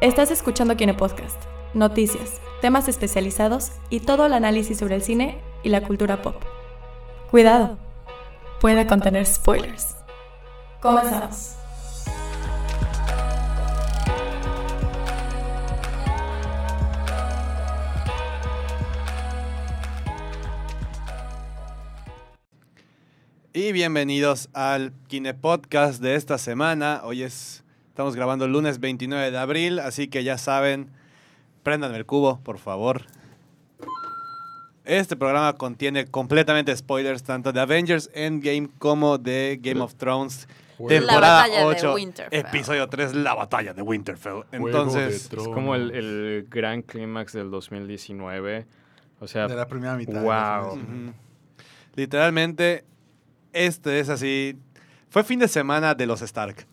Estás escuchando Kine Podcast, noticias, temas especializados y todo el análisis sobre el cine y la cultura pop. Cuidado, puede contener spoilers. Comenzamos. Y bienvenidos al Kine Podcast de esta semana. Hoy es, estamos grabando el lunes 29 de abril, así que ya saben, préndanme el cubo, por favor. Este programa contiene completamente spoilers tanto de Avengers Endgame como de Game of Thrones, Juego. temporada La batalla de 8, Winterfell. episodio 3, la batalla de Winterfell. Juego Entonces, de Es Tronos. como el, el gran clímax del 2019. O sea, De la primera mitad. Wow. Ujú. Ujú. literalmente, este es así, fue fin de semana de los Stark.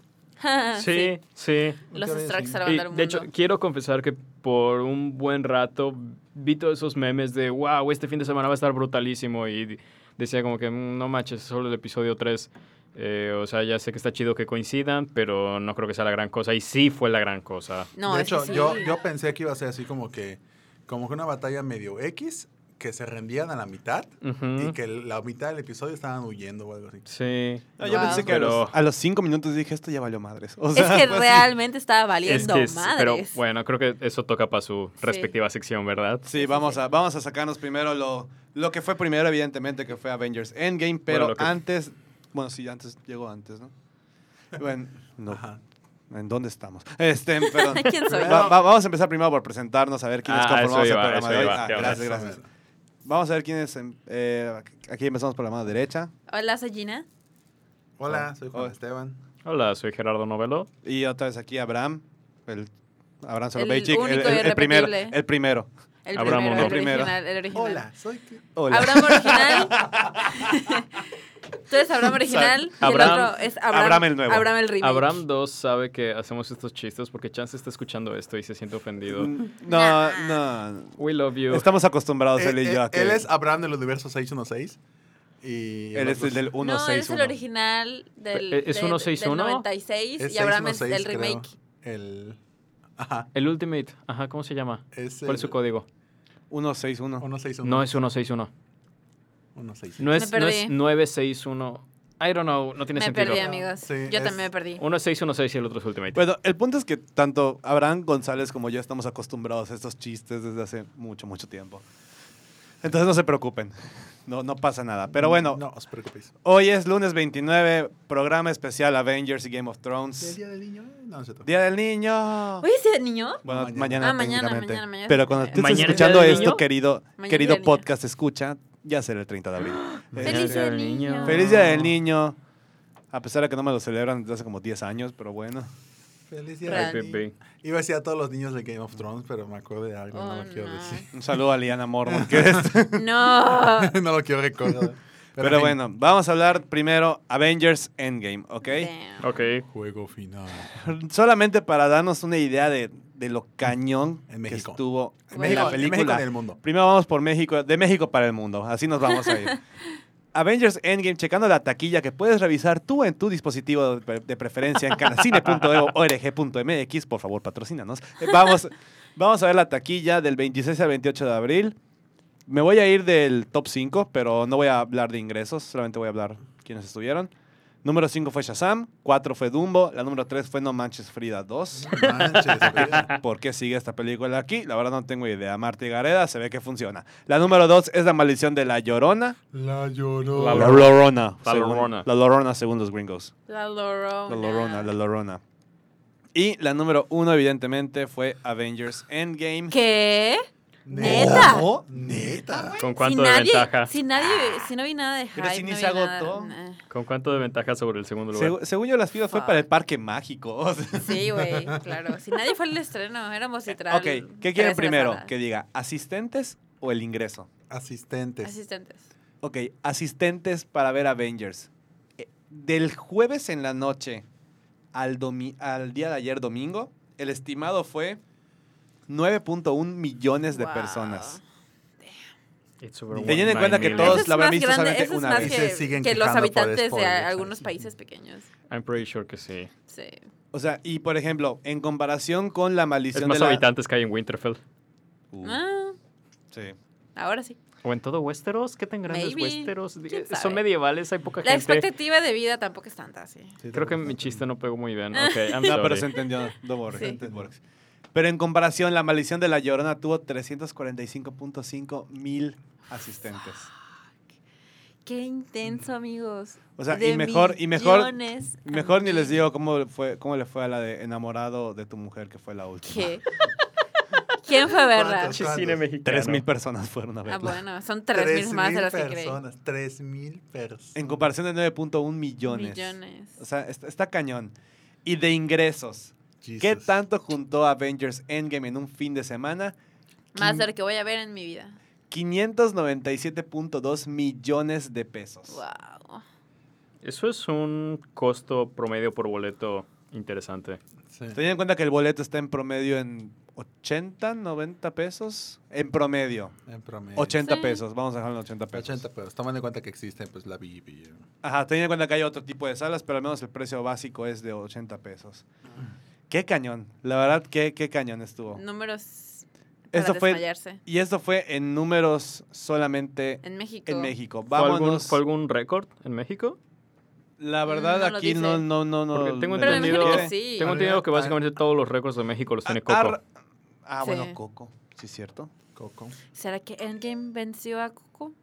Ah, Ah, sí, sí. Los Otra vez, Stark sí. salvan Y, al mundo. de hecho, quiero confesar que por un buen rato vi todos esos memes de, wow, este fin de semana va a estar brutalísimo. Y di- decía como que, "Mm, no manches, es solo el episodio 3. o sea, ya sé que está chido que coincidan, pero no creo que sea la gran cosa. Y sí fue la gran cosa. no, de es que hecho, sí. yo, yo pensé que iba a ser así como que, como que una batalla medio X, que se rendían a la mitad Ujú. y que la mitad del episodio estaban huyendo o algo así. Sí. No, yo Wow. pensé que a Pero- los, a los cinco minutos dije, esto ya valió madres. O es sea, que fue así. realmente estaba pues, Es valiendo que es- madres. pero bueno, creo que eso toca para su Sí. respectiva sección, ¿verdad? Sí, vamos a, vamos a sacarnos primero lo, lo que fue primero, evidentemente, que fue Avengers Endgame, pero Bueno, lo que- antes, bueno, sí, antes llegó antes, ¿no? Bueno, no, Ajá. ¿en dónde estamos? Este, perdón. ¿Quién soy? Va- va- vamos a empezar primero por presentarnos, a ver quiénes Ah, conformamos eso el iba, programa eso de hoy. iba, Ah, qué gracias, bueno. gracias. Vamos a ver quiénes, em, eh, aquí empezamos por la mano derecha, Hola, soy Gina. Hola, Ah, soy Juan Hola. Esteban. Hola, soy Gerardo Novelo. y otra vez aquí Abraham, el... Abraham El Soloveitchik, el, único el- y el primero, irrepetible. el primero. El Abraham primero, Mono. el Primero. original. El original. Hola, soy... que- Hola. Abraham original. Tú eres Abraham original y Abraham- el otro es Abraham, Abraham el nuevo. Abraham el remake. Abraham 2 sabe que hacemos estos chistes porque Chance está escuchando esto y se siente ofendido. Mm, No, no. We love you. Estamos Ah, acostumbrados, él Eh, y eh, yo, a él, que- es Abraham del universo 616 y... Él es otro el del 161. no, eres el original del, Pe- Eh, ¿es de- 161? del 96 es y Abraham es 616, el remake. creo. El... Ajá. El Ultimate, ajá, ¿cómo se llama? Es ¿Cuál es su código? 161. 161. No es 161. 161. No es, Me no perdí. es 961. I don't know, no tiene Me sentido. perdí, amigos. Sí, yo es- también me perdí. Uno es 616 y el otro es Ultimate. Bueno, el punto es que tanto Abraham González como yo estamos acostumbrados a estos chistes desde hace mucho, mucho tiempo. Entonces no se preocupen, no, no pasa nada. Mm, Pero bueno, No os preocupéis. hoy es lunes 29, programa especial Avengers y Game of ¿El Thrones. día del niño? eh, No, no es cierto. Día del Niño. ¿Oye, ese niño? Bueno, No, mañana. mañana, Ah, mañana, técnicamente. mañana, mañana. Eh, Pero cuando tú estés ¿Mañana es escuchando Día del esto, Niño? querido, Mañana es Día querido del Niño. podcast escucha, ya será el 30 de abril. Feliz Eh, Día del Niño. Feliz Día del Niño. A pesar de que no me lo celebran desde hace como 10 años, pero bueno. Feliz día Real. del niño. Pepe. Iba a decir a todos los niños de Game of Thrones, pero me acuerdo de algo, Oh, no lo quiero no. decir. Un saludo a Liana Mormon, que es No. no lo quiero recordar. Pero, en- bueno, vamos a hablar primero Avengers Endgame, ¿ok? Damn. Ok. Juego final. Solamente para darnos una idea de, de lo cañón En que México. estuvo en México, la película. México en el mundo. Primero vamos por México, de México para el mundo, así nos vamos a ir. Avengers Endgame, checando la taquilla que puedes revisar tú en tu dispositivo de, de preferencia en canacine.org.mx, por favor, patrocínanos. Eh, Vamos, vamos a ver la taquilla del 26 al 28 de abril. Me voy a ir del top 5, pero no voy a hablar de ingresos, solamente voy a hablar quiénes estuvieron. Número 5 fue Shazam, 4 fue Dumbo, la número 3 fue No Manches Frida 2. No manches, güey. ¿Por qué sigue esta película aquí? La verdad no tengo idea. Marta y Gareda se ve que funciona. La número dos es La Maldición de la Llorona. La lloró. La La Llorona. Llorona. La según- Llorona. La Llorona según los gringos. La Lorona. La Llorona, la Llorona. Y la número uno, evidentemente, fue Avengers Endgame. ¿Qué? ¿Neta? ¿Neta? ¿Neta? ¿Con cuánto si de nadie, ventaja? Si nadie, Ah. si no vi nada de hype. Pero si ni no vi se nada, agotó. nah. ¿Con cuánto de ventaja sobre el segundo lugar? Segu- según yo, las filas fue Fuck. para el Parque Mágico. O sea, Sí, güey, claro. Si nadie fue al estreno, éramos literal. ok, ¿qué tres quieren en la primero? sala. Que diga, ¿asistentes o el ingreso? Asistentes. Asistentes. Ok, asistentes para ver Avengers. Eh, Del jueves en la noche al, domi- al día de ayer domingo, el estimado fue 9.1 millones de Wow. personas. It's over Teniendo one en nine cuenta que million. Todos Eso es la habrán más visto grande, solamente eso es una más vez. Y se siguen que, que los quejando por habitantes de spoilers. algunos países pequeños. I'm pretty sure que sí. Sí. O sea, y por ejemplo, en comparación con la Es maldición más de la... habitantes que hay en Winterfell. Uh, Ah, sí. ahora sí. O en todo Westeros. ¿Qué tan grande es Maybe. Westeros? ¿Quién Eh, Son sabe? medievales, hay poca La gente. expectativa de vida tampoco es tanta, sí. Sí, Creo que tampoco mi está chiste no pegó muy bien. Ok, I'm No, pero sorry. se entendió. No worries, Sí. it works. Pero en comparación, la maldición de la Llorona tuvo 345.5 mil asistentes. Qué intenso, amigos. O sea, De y mejor, y mejor, millones a mejor ni millones. les digo cómo le fue, cómo le fue a la de enamorado de tu mujer, que fue la última. ¿Qué? ¿Quién fue a verla? ¿Cuántos? Pinche cine mexicano. Tres mil personas fueron a Ah, verla. bueno, son tres mil más de las que creí. personas. Tres mil personas. En comparación de 9.1 millones. Millones. O sea, está, está cañón. Y de ingresos. ¿Qué Jesus. tanto juntó Avengers Endgame en un fin de semana? Más de Quin- lo que voy a ver en mi vida. 597.2 millones de pesos. Wow. Eso es un costo promedio por boleto interesante. Sí. Teniendo en cuenta que el boleto está en promedio en 80, 90 pesos. En promedio. En promedio. 80 Sí. pesos. Vamos a dejarlo en 80 pesos. 80 pesos. Tomando en cuenta que existen, pues la VIP. Ajá, teniendo en cuenta que hay otro tipo de salas, pero al menos el precio básico es de 80 pesos. Mm. Qué cañón. La verdad, qué, qué cañón estuvo. Números para Esto Oh. fue- desmayarse. Y esto fue en números solamente En México. en México. ¿Fue algún, Vámonos. fue algún récord en México? La verdad, No lo aquí no, dice. no, no, no. Porque tengo Pero me entendido, imagino que sí. tengo Ah, entendido que ah, básicamente todos los récords de México los tiene Ah, Coco. ah, Ah, bueno, Sí. Coco. Sí, es cierto. Coco. ¿Será que Endgame venció a Coco?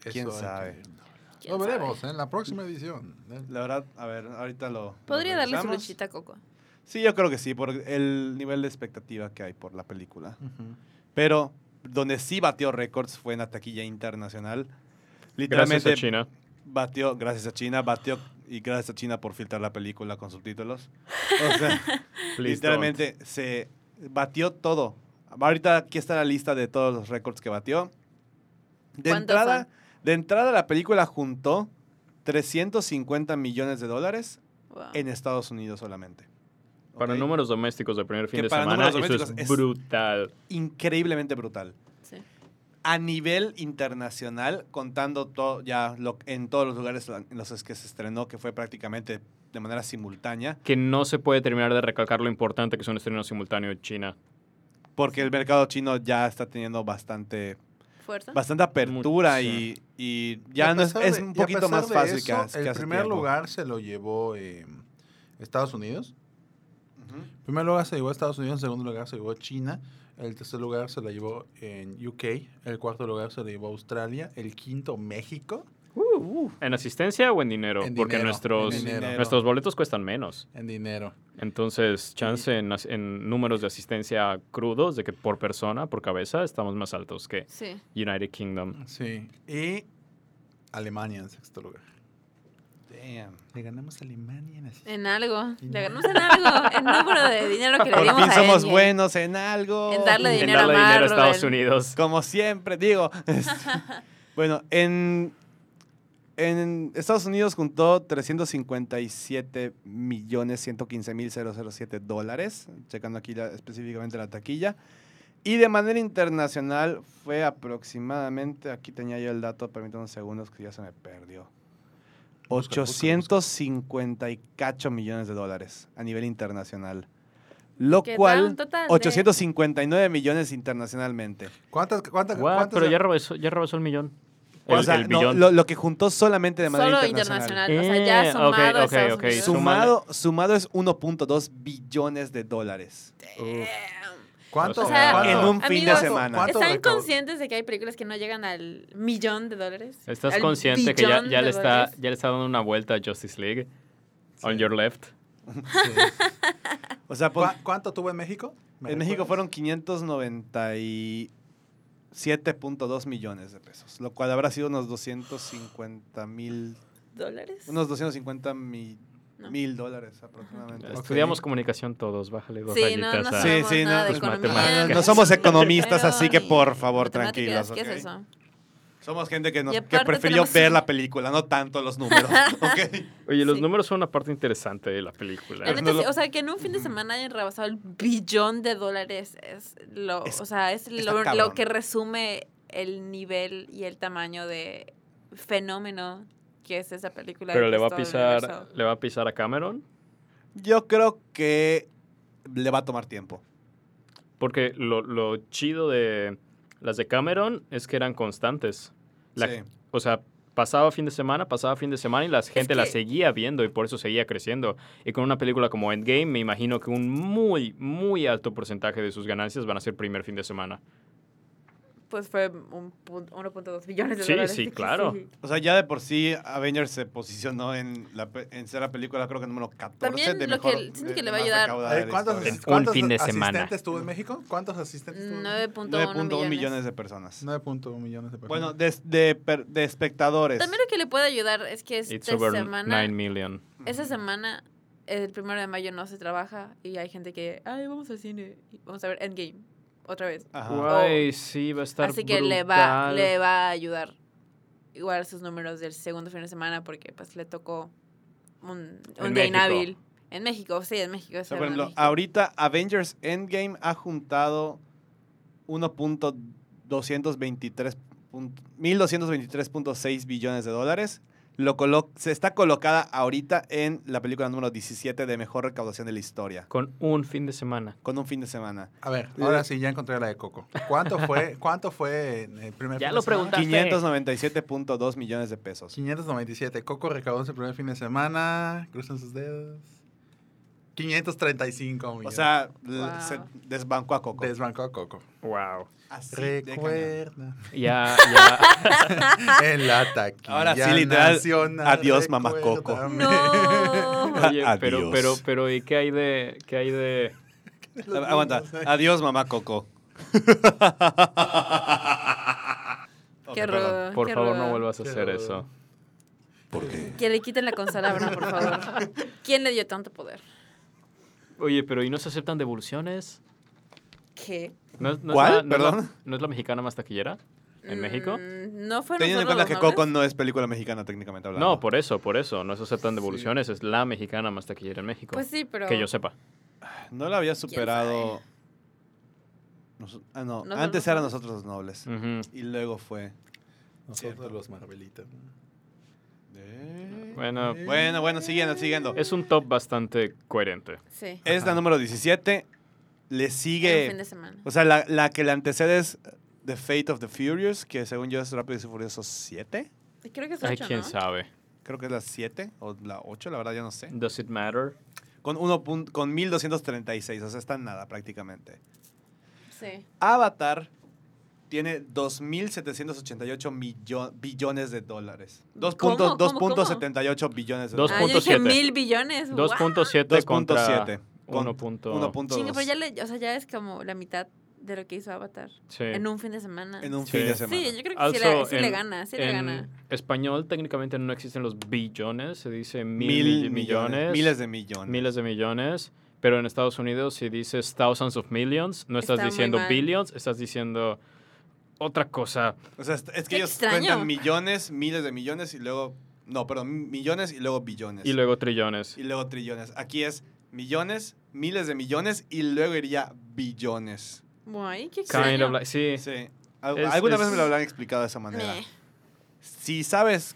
¿Quién Eso hay sabe? que verlo. ¿Quién Lo sabe? veremos en la próxima edición. ¿eh? La verdad, a ver, ahorita lo. lo Podría darle su revisamos. luchita a Coco. Sí, yo creo que sí, por el nivel de expectativa que hay por la película. Ujú. Pero donde sí batió récords fue en la taquilla internacional. Gracias Literalmente a China. batió, gracias a China, batió y gracias a China por filtrar la película con subtítulos. O sea, Please don't. Literalmente se batió todo. Ahorita aquí está la lista de todos los récords que batió. De ¿Cuántos entrada, de entrada la película juntó 350 millones de dólares Wow. en Estados Unidos solamente. Para ¿Ok? números domésticos del primer fin Que de para semana, números eso es, domésticos es- brutal. Increíblemente brutal. Sí. A nivel internacional, contando todo ya lo- en todos los lugares en los que se estrenó, que fue prácticamente de manera simultánea, Que no se puede terminar de recalcar lo importante que es un estreno simultáneo en China. porque el mercado chino ya está teniendo bastante ¿Fuerza? bastante apertura Mucha. y, y Y ya a no es, pesar es de- y un a poquito pesar más de fácil eso, que hace- que El hace primer tiempo. lugar se lo llevó eh, Estados Unidos. Ujú. En primer lugar se llevó Estados Unidos, en segundo lugar se llevó China, el tercer lugar se lo llevó en UK, el cuarto lugar se lo llevó Australia, el quinto México, Uh, ¿En asistencia o en dinero? En Porque dinero, nuestros, en dinero. nuestros boletos cuestan menos. en dinero. Entonces, chance en, as- en números de asistencia crudos, de que por persona, por cabeza, estamos más altos que Sí. United Kingdom. Sí. Y Alemania en sexto lugar. Damn. Le ganamos a Alemania en asistencia. En algo. Le ganamos en algo. En número de dinero que le Por dimos fin a somos Endgame. buenos en algo. En darle En dinero a darle dinero a Marvel. Estados Unidos. Como siempre, digo. bueno, en, en Estados Unidos juntó 357 millones 115 mil 007 dólares, checando aquí la- específicamente la taquilla. Y de manera internacional fue aproximadamente, aquí tenía yo el dato, permítanme unos segundos que ya se me perdió. Busca, busca, busca. 850 y cacho millones de dólares a nivel internacional. Lo Que da cual, un total de- 859 millones internacionalmente. ¿Cuántas? ¿Cuántas? Guau, cuántas- pero ya rebasó, ya rebasó el millón. O El, sea, el no, billón. lo, lo que juntó solamente de manera Solo internacional. internacional. O sea, Eh, ya ok, sumado a ok, Estados ok. Unidos. Suma- Sumado, sumado es 1.2 billones de dólares. Uf. ¿Cuánto? O sea, ¿Cuánto? en un fin de amigos, semana. ¿Cuánto ¿Están recaudó? conscientes de que hay películas que no llegan al millón de dólares? ¿Estás Al consciente que ya, billón ya de le está, dólares. ya le está dando una vuelta a Justice League? On your left. Sí. O sea, pon- ¿Cuá- ¿Cuánto tuvo en México? ¿Me en México recuerdas? fueron 597.2 millones de pesos, lo cual habrá sido unos 250 mil, ¿Dólares? unos 250 mi- No. mil dólares aproximadamente. Ok. Estudiamos comunicación todos, bájale dos Sí, no, rayitas. no a- sabemos nada de pues, economía, matemáticas. ni No somos economistas, números, así que ni por favor, matemáticas. tranquilos. ¿Qué ¿ok? es eso? Somos gente que, nos- Y que aparte prefirió tenemos- ver la película, no tanto los números. ¿ok? Oye, los Sí. números son una parte interesante de la película. La Pero neta Pues no sí, lo- O sea, que en un fin de semana hayan rebasado el billón de dólares es lo, Es- o sea, es está lo, cabrón. lo que resume el nivel y el tamaño de fenómeno que es esa película. y Pero le pues va a todo el pisar, universo. le va a pisar a Cameron. Yo creo que le va a tomar tiempo. Porque lo, lo chido de las de Cameron es que eran constantes. La- Sí. O sea, pasaba fin de semana, pasaba fin de semana y la gente la que- seguía viendo y por eso seguía creciendo. Y con una película como Endgame, me imagino que un muy, muy alto porcentaje de sus ganancias van a ser primer fin de semana. Pues fue un pun- 1.2 billones de Sí, dólares. sí, así que claro. O sea, ya de por sí Avengers se posicionó en, la, pe- en ser la película, creo que número 14 También de lo mejor. que- siento de- que le va de a más ayudar. recaudada de Eh, la ¿Cuántos, historia. En un cuántos fin de semana. asistentes tuvo en México? ¿Cuántos asistentes tuvo? en México? 9.1 millones. de personas. 9.1 millones de personas. Bueno, de, de per- de espectadores. También lo que le puede ayudar es que esta It's over Este semana, 9 million. esa semana, el primero de mayo no se trabaja y hay gente que, ay, vamos al cine, y vamos a ver Endgame otra vez. Ajá. Guay, sí, va a estar Así que le va, brutal. le va a ayudar igual sus números del segundo fin de semana porque pues le tocó un, En un día México. inhábil. En México, sí, en México. O es sea, el por de ejemplo, México. ahorita Avengers Endgame ha juntado 1.223 punt- 1.223.6 billones de dólares. Lo colo- se está colocada ahorita en la película número 17 de mejor recaudación de la historia, Con un fin de semana. con un fin de semana. A ver, Le- ahora sí, ya encontré la de Coco. ¿Cuánto fue, cuánto fue en el primer Ya fin lo de semana? preguntaste. 597.2 millones de pesos. 597. Coco recaudó en su primer fin de semana. Cruzan sus dedos. 535 O millones. sea, l- Wow. se desbancó a Coco. Desbancó a Coco. Wow. Así de cañón. Recuerda. Ya, ya. En la taquilla. Ahora sí, literal, nacional, adiós, mamá Coco. recuérdame. No. Oye, pero, Adiós. pero, pero, ¿y qué hay de, qué hay de, Los Aguanta. niños, ay. Adiós, mamá Coco. Qué Ok, perdón. rudo. por qué favor, rudo. no vuelvas a Qué hacer horror. eso? Que le quiten la consalabra, por favor. ¿Quién le dio tanto poder? Oye, pero ¿y no se aceptan devoluciones? ¿Qué? ¿No, es- no es ¿Cuál? la- no es la- Perdón. ¿No es la mexicana más taquillera en Mm, México? No fueron Teniendo solo en cuenta los que Coco nobles. no es película mexicana técnicamente hablando. No, por eso, por eso. No se aceptan devoluciones. Es la mexicana más taquillera en México. Pues sí, pero. Que yo sepa. No la había superado. Nos- ah, no. Nosotros Antes eran los nosotros los nobles. Ujú. Y luego fue. Nosotros los Marvelitas. Bueno, Mm. Bueno, bueno, siguiendo, siguiendo. Es, Eh. es un top bastante coherente. Sí. la número 17. Le El fin de sigue. semana. O sea, la, la que le antecede es uh, The Fate of the Furious, que según yo es Rápido y Furioso 7. Creo que es Ay, Pues ocho, quién ¿no? sabe. Creo que es la 7 o la 8, la verdad ya no sé. Does it matter? Con, uno pun- con 1236, o sea, está en nada prácticamente. Sí. Avatar tiene 2.788 millo- billones de dólares. Dos ¿Cómo? puntos- dos ¿Cómo? puntos 78 billones de Dos Ah, dólares. yo dije 2.7. mil billones. ¡guau! 2.7 contra 2.7. con 1.2. 1.2. Chinga, pero ya, le, o sea, ya es como la mitad de lo que hizo Avatar. Sí. En un fin de semana. En un Sí. fin de Sí, semana. Sí, yo creo que sí, Also, le, sí le en- gana. Sí le en gana. español técnicamente no existen los billones, se dice mil, Mil mill- millones, Miles de millones. miles de millones, pero en Estados Unidos si dices thousands of millions, no estás Está muy diciendo mal. billions, estás diciendo otra cosa. O sea, es, es que Qué ellos extraño. cuentan millones, miles de millones y luego... No, perdón, millones y luego billones. Y luego trillones. y luego trillones. Aquí es millones, miles de millones y luego iría billones. Guay, qué Kind extraño. of like- sí. Sí. Al- Es- Alguna es- vez me lo habrán explicado de esa manera. Meh. Si sabes,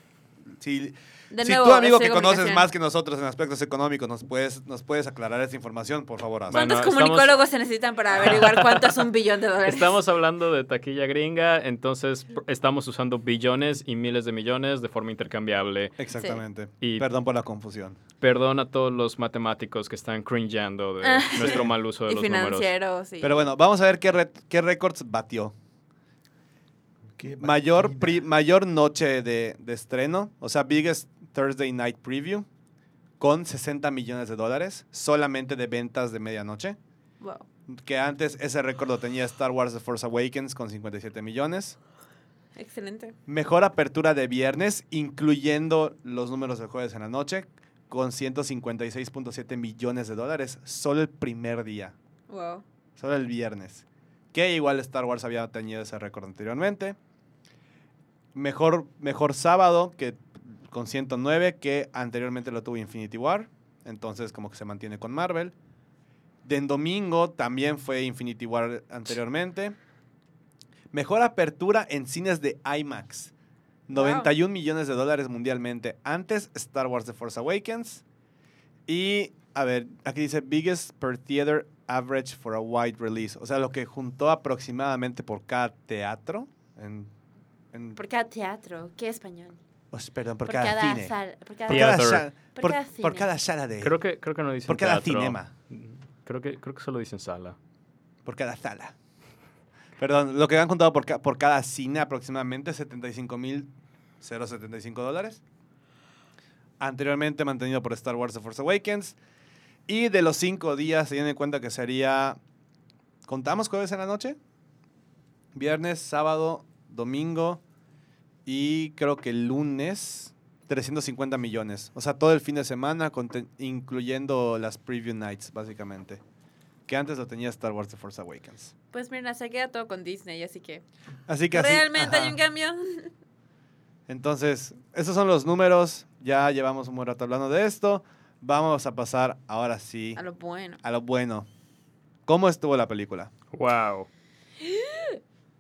si, De si nuevo, tú amigo estoy que de conoces comunicación. más que nosotros en aspectos económicos nos puedes, nos puedes aclarar esa información, por favor. hazlo. Bueno, ¿Cuántos estamos- comunicólogos se necesitan para averiguar cuánto es un billón de dólares? Estamos hablando de taquilla gringa, entonces pr- estamos usando billones y miles de millones de forma intercambiable. Exactamente. Y- Perdón por la confusión. Perdón a todos los matemáticos que están cringeando de Ah. nuestro mal uso de Y los números. financieros. sí. Pero bueno, vamos a ver qué, re- qué récords batió. Qué Mayor, vagina. pri- mayor noche de, de estreno, o sea, Biggest Thursday Night Preview, con 60 millones de dólares solamente de ventas de medianoche. Wow. Que antes ese récord lo tenía Star Wars The Force Awakens con 57 millones. Excelente. Mejor apertura de viernes, incluyendo los números de jueves en la noche, con 156.7 millones de dólares. Solo el primer día, Wow. solo el viernes. Que igual Star Wars había tenido ese récord anteriormente. Mejor, mejor sábado, que con 109, que anteriormente lo tuvo Infinity War. Entonces, como que se mantiene con Marvel. De en domingo también fue Infinity War anteriormente. Mejor apertura en cines de IMAX. 91 millones de dólares mundialmente. Antes Star Wars The Force Awakens. Y A ver, aquí dice biggest per theater average for a wide release. O sea, lo que juntó aproximadamente por cada teatro. En, en- Por cada teatro, ¿qué español? os- perdón, por, Por cada, cada cine. sal- por cada- Por cada, Teatro. Theater. sala- Por por- cada cine. por cada sala de. Creo que, creo que no dicen por cada teatro. cinema. Creo que, creo que solo dicen sala. Por cada sala. Perdón, lo que han contado por, ca- por cada cine aproximadamente 75.075 dólares. Anteriormente mantenido por Star Wars The Force Awakens. Y de los cinco días, teniendo en cuenta que sería. ¿Contamos jueves en la noche? Viernes, sábado, domingo y creo que lunes. 350 millones. O sea, todo el fin de semana, conte- incluyendo las preview nights, básicamente. Que antes lo tenía Star Wars The Force Awakens. Pues miren, se queda todo con Disney, así que. Así que así- Realmente ajá. hay un cambio. Entonces, esos son los números. Ya llevamos un buen rato hablando de esto. Vamos a pasar ahora sí A lo bueno. a lo bueno. ¿Cómo estuvo la película? Wow.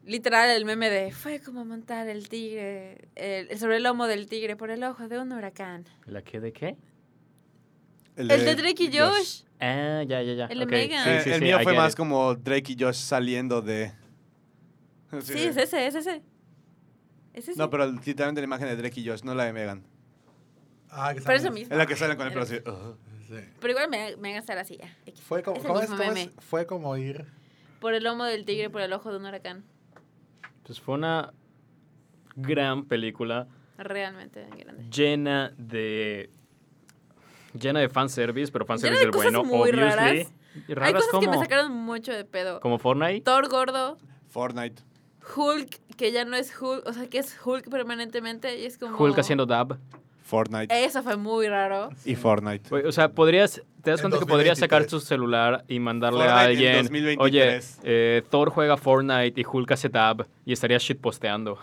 Literal, el meme de fue como montar el tigre, el, sobre el lomo del tigre por el ojo de un huracán. ¿La qué de qué? El de Drake y Josh. Ah, ya, ya, ya. El de Ok, Megan. sí, sí, el sí, mío I fue get más it. como Drake y Josh saliendo de... Sí, de- es ese, es ese. Es ese. No, pero literalmente la imagen de Drake y Josh, no la de Megan. Ah, que Pero es salen- Eh, lo mismo. Es la que salen con el pelo así. Eh. Sí. Pero igual me, me van a estar así ya. X. Fue como, Es el ¿cómo es- mismo cómo es? meme. fue como ir. Por el lomo del tigre, por el ojo de un huracán. Pues fue una gran película Realmente grande. llena de. llena de fanservice, pero fanservice Llena del de cosas bueno, muy obviously. raras. Y Hay raras cosas como. que me sacaron mucho de pedo. Como Fortnite. Thor gordo, Fortnite. Hulk, que ya no es Hulk, o sea, que es Hulk permanentemente y es como... Hulk haciendo dab. Fortnite. Eso fue muy raro. Y Fortnite. Oye, O sea, podrías. ¿Te das En cuenta que podrías sacar 2023. tu celular y mandarle a Fortnite en alguien? 2023. Oye, eh, Thor juega Fortnite y Hulk hace dab y estaría shitposteando.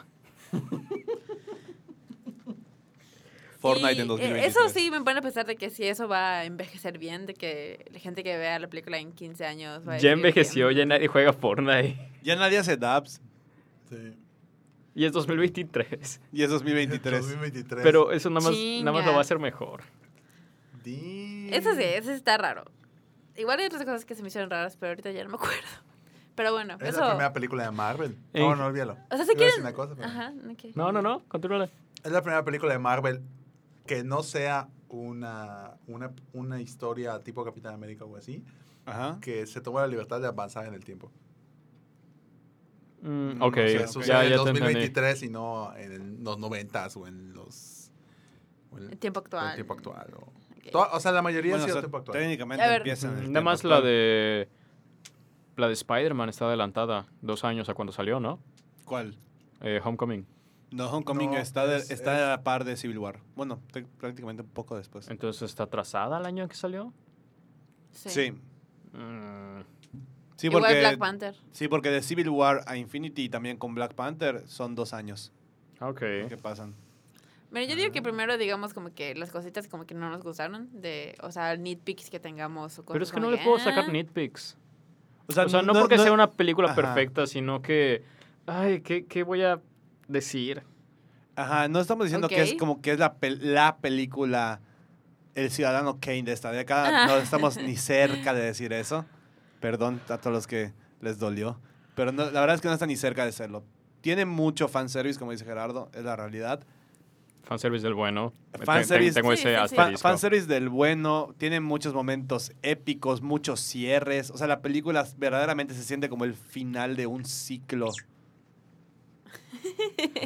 Fortnite Y, en eh, 2023. Eso sí me pone a pensar de que si eso va a envejecer bien, de que la gente que vea la película en 15 años va a decir Ya envejeció, que- ya nadie juega Fortnite. Ya nadie hace dabs. Sí. Y es 2023. Y es 2023. 2023. Pero eso nada más, nada más lo Chinga. va a hacer mejor. Di- Eso sí, eso sí está raro. Igual hay otras cosas que se me hicieron raras, pero ahorita ya no me acuerdo. Pero bueno, Es eso... la primera película de Marvel. Ey. No, no, olvídalo. O sea, si Iba a decir quieren... una cosa, pero- Ajá, ok. No, no, no, continúa. Es la primera película de Marvel que no sea una, una, una historia tipo Capitán América o algo así, Ajá. que se toma la libertad de avanzar en el tiempo. Mm, ok, O sea, ya, sucede en ya te entendí. 2023 y no en el- los 90 o en los... o en- El tiempo o en actual. el tiempo actual. O, Ok. Toda- o sea, la mayoría Bueno, ha o sido sea, tiempo actual. técnicamente A ver. empieza en el Nada tiempo más la actual. de. La de Spider-Man está adelantada dos años a cuando salió, ¿no? ¿Cuál? Eh, Homecoming. No, Homecoming No, está, de- es- está es- a la par de Civil War. Bueno, te- prácticamente un poco después. Entonces está atrasada el año en que salió. Sí. Sí. Sí, Mm, Igual porque, Black Panther. sí, porque de Civil War a Infinity y también con Black Panther son dos años ok. que pasan. Mira, yo Ah. digo que primero digamos como que las cositas como que no nos gustaron, de, o sea, nitpicks que tengamos o cosas Pero es que como no le puedo ah, sacar nitpicks. O O sea, no, porque sea una película Ajá. perfecta, sino que. Ay, ¿qué, qué voy a decir? Ajá, no estamos diciendo que es Ok. como que es la, pel- la película El Ciudadano Kane de esta década. Ah. No estamos ni cerca de decir eso. Perdón a todos los que les dolió. Pero no- la verdad es que no está ni cerca de serlo. Tiene mucho fanservice, como dice Gerardo, es la realidad. Fanservice del bueno. Te- te- Fanservice- Tengo Sí, sí, ese sí. Fan, asterisco. fanservice del bueno, tiene muchos momentos épicos, muchos cierres. O sea, la película verdaderamente se siente como el final de un ciclo.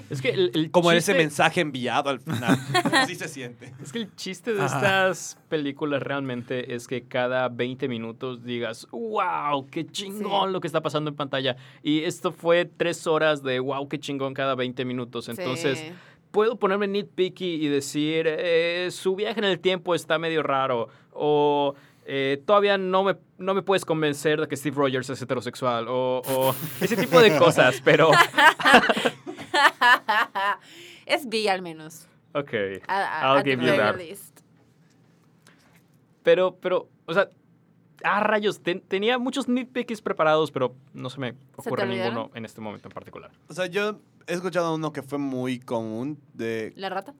Es que el, el Como ese chiste- mensaje enviado al final. Así se siente. Es que el chiste de estas películas realmente es que cada 20 minutos digas, wow, qué chingón lo que está pasando en pantalla. Y esto fue tres horas de wow, qué chingón cada 20 minutos. Entonces, sí. puedo ponerme nitpicky y decir, eh, su viaje en el tiempo está medio raro. O eh, todavía no me, no me puedes convencer de que Steve Rogers es heterosexual. O, o ese tipo de cosas, pero... es B al menos. Ok. A- a- I'll at the give you very that. least. Pero, pero, o sea, ah, rayos, ten- tenía muchos nitpicks preparados, pero no se me ocurre olvidaron? ninguno en este momento en particular. O sea, yo he escuchado uno que fue muy común de La rata.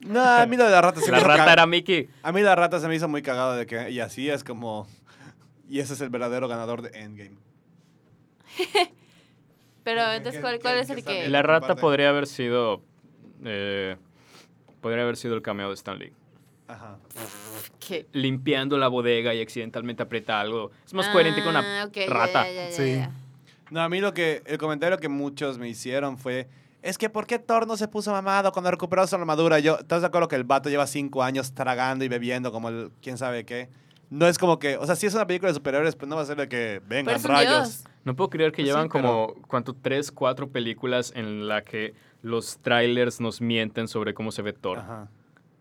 No, a mí lo de la rata se me La hizo rata ca- era Mickey. A mí la rata se me hizo muy cagada de que. Y así es como. Y ese es el verdadero ganador de Endgame. Pero ¿Qué- entonces, qué- ¿cuál, qué- cuál qué es el está que...? bien? La rata Parte. podría haber sido. eh, podría haber sido el cameo de Stan Lee. Ajá. que- Limpiando la bodega y accidentalmente aprieta algo. Es más coherente con una Ah, ok, ya, rata. ya, ya, ya, Sí. ya. No, a mí lo que. El comentario que muchos me hicieron fue. Es que ¿por qué Thor no se puso mamado cuando recuperó su armadura? Yo, ¿Estás de acuerdo que el vato lleva cinco años tragando y bebiendo como el quién sabe qué? No es como que, o sea, si es una película de superhéroes, pues no va a ser de que Pero vengan es un rayos. dios. No puedo creer que Pues sí, llevan como, ¿cuánto? Tres, cuatro películas en la que los trailers nos mienten sobre cómo se ve Thor. Ajá.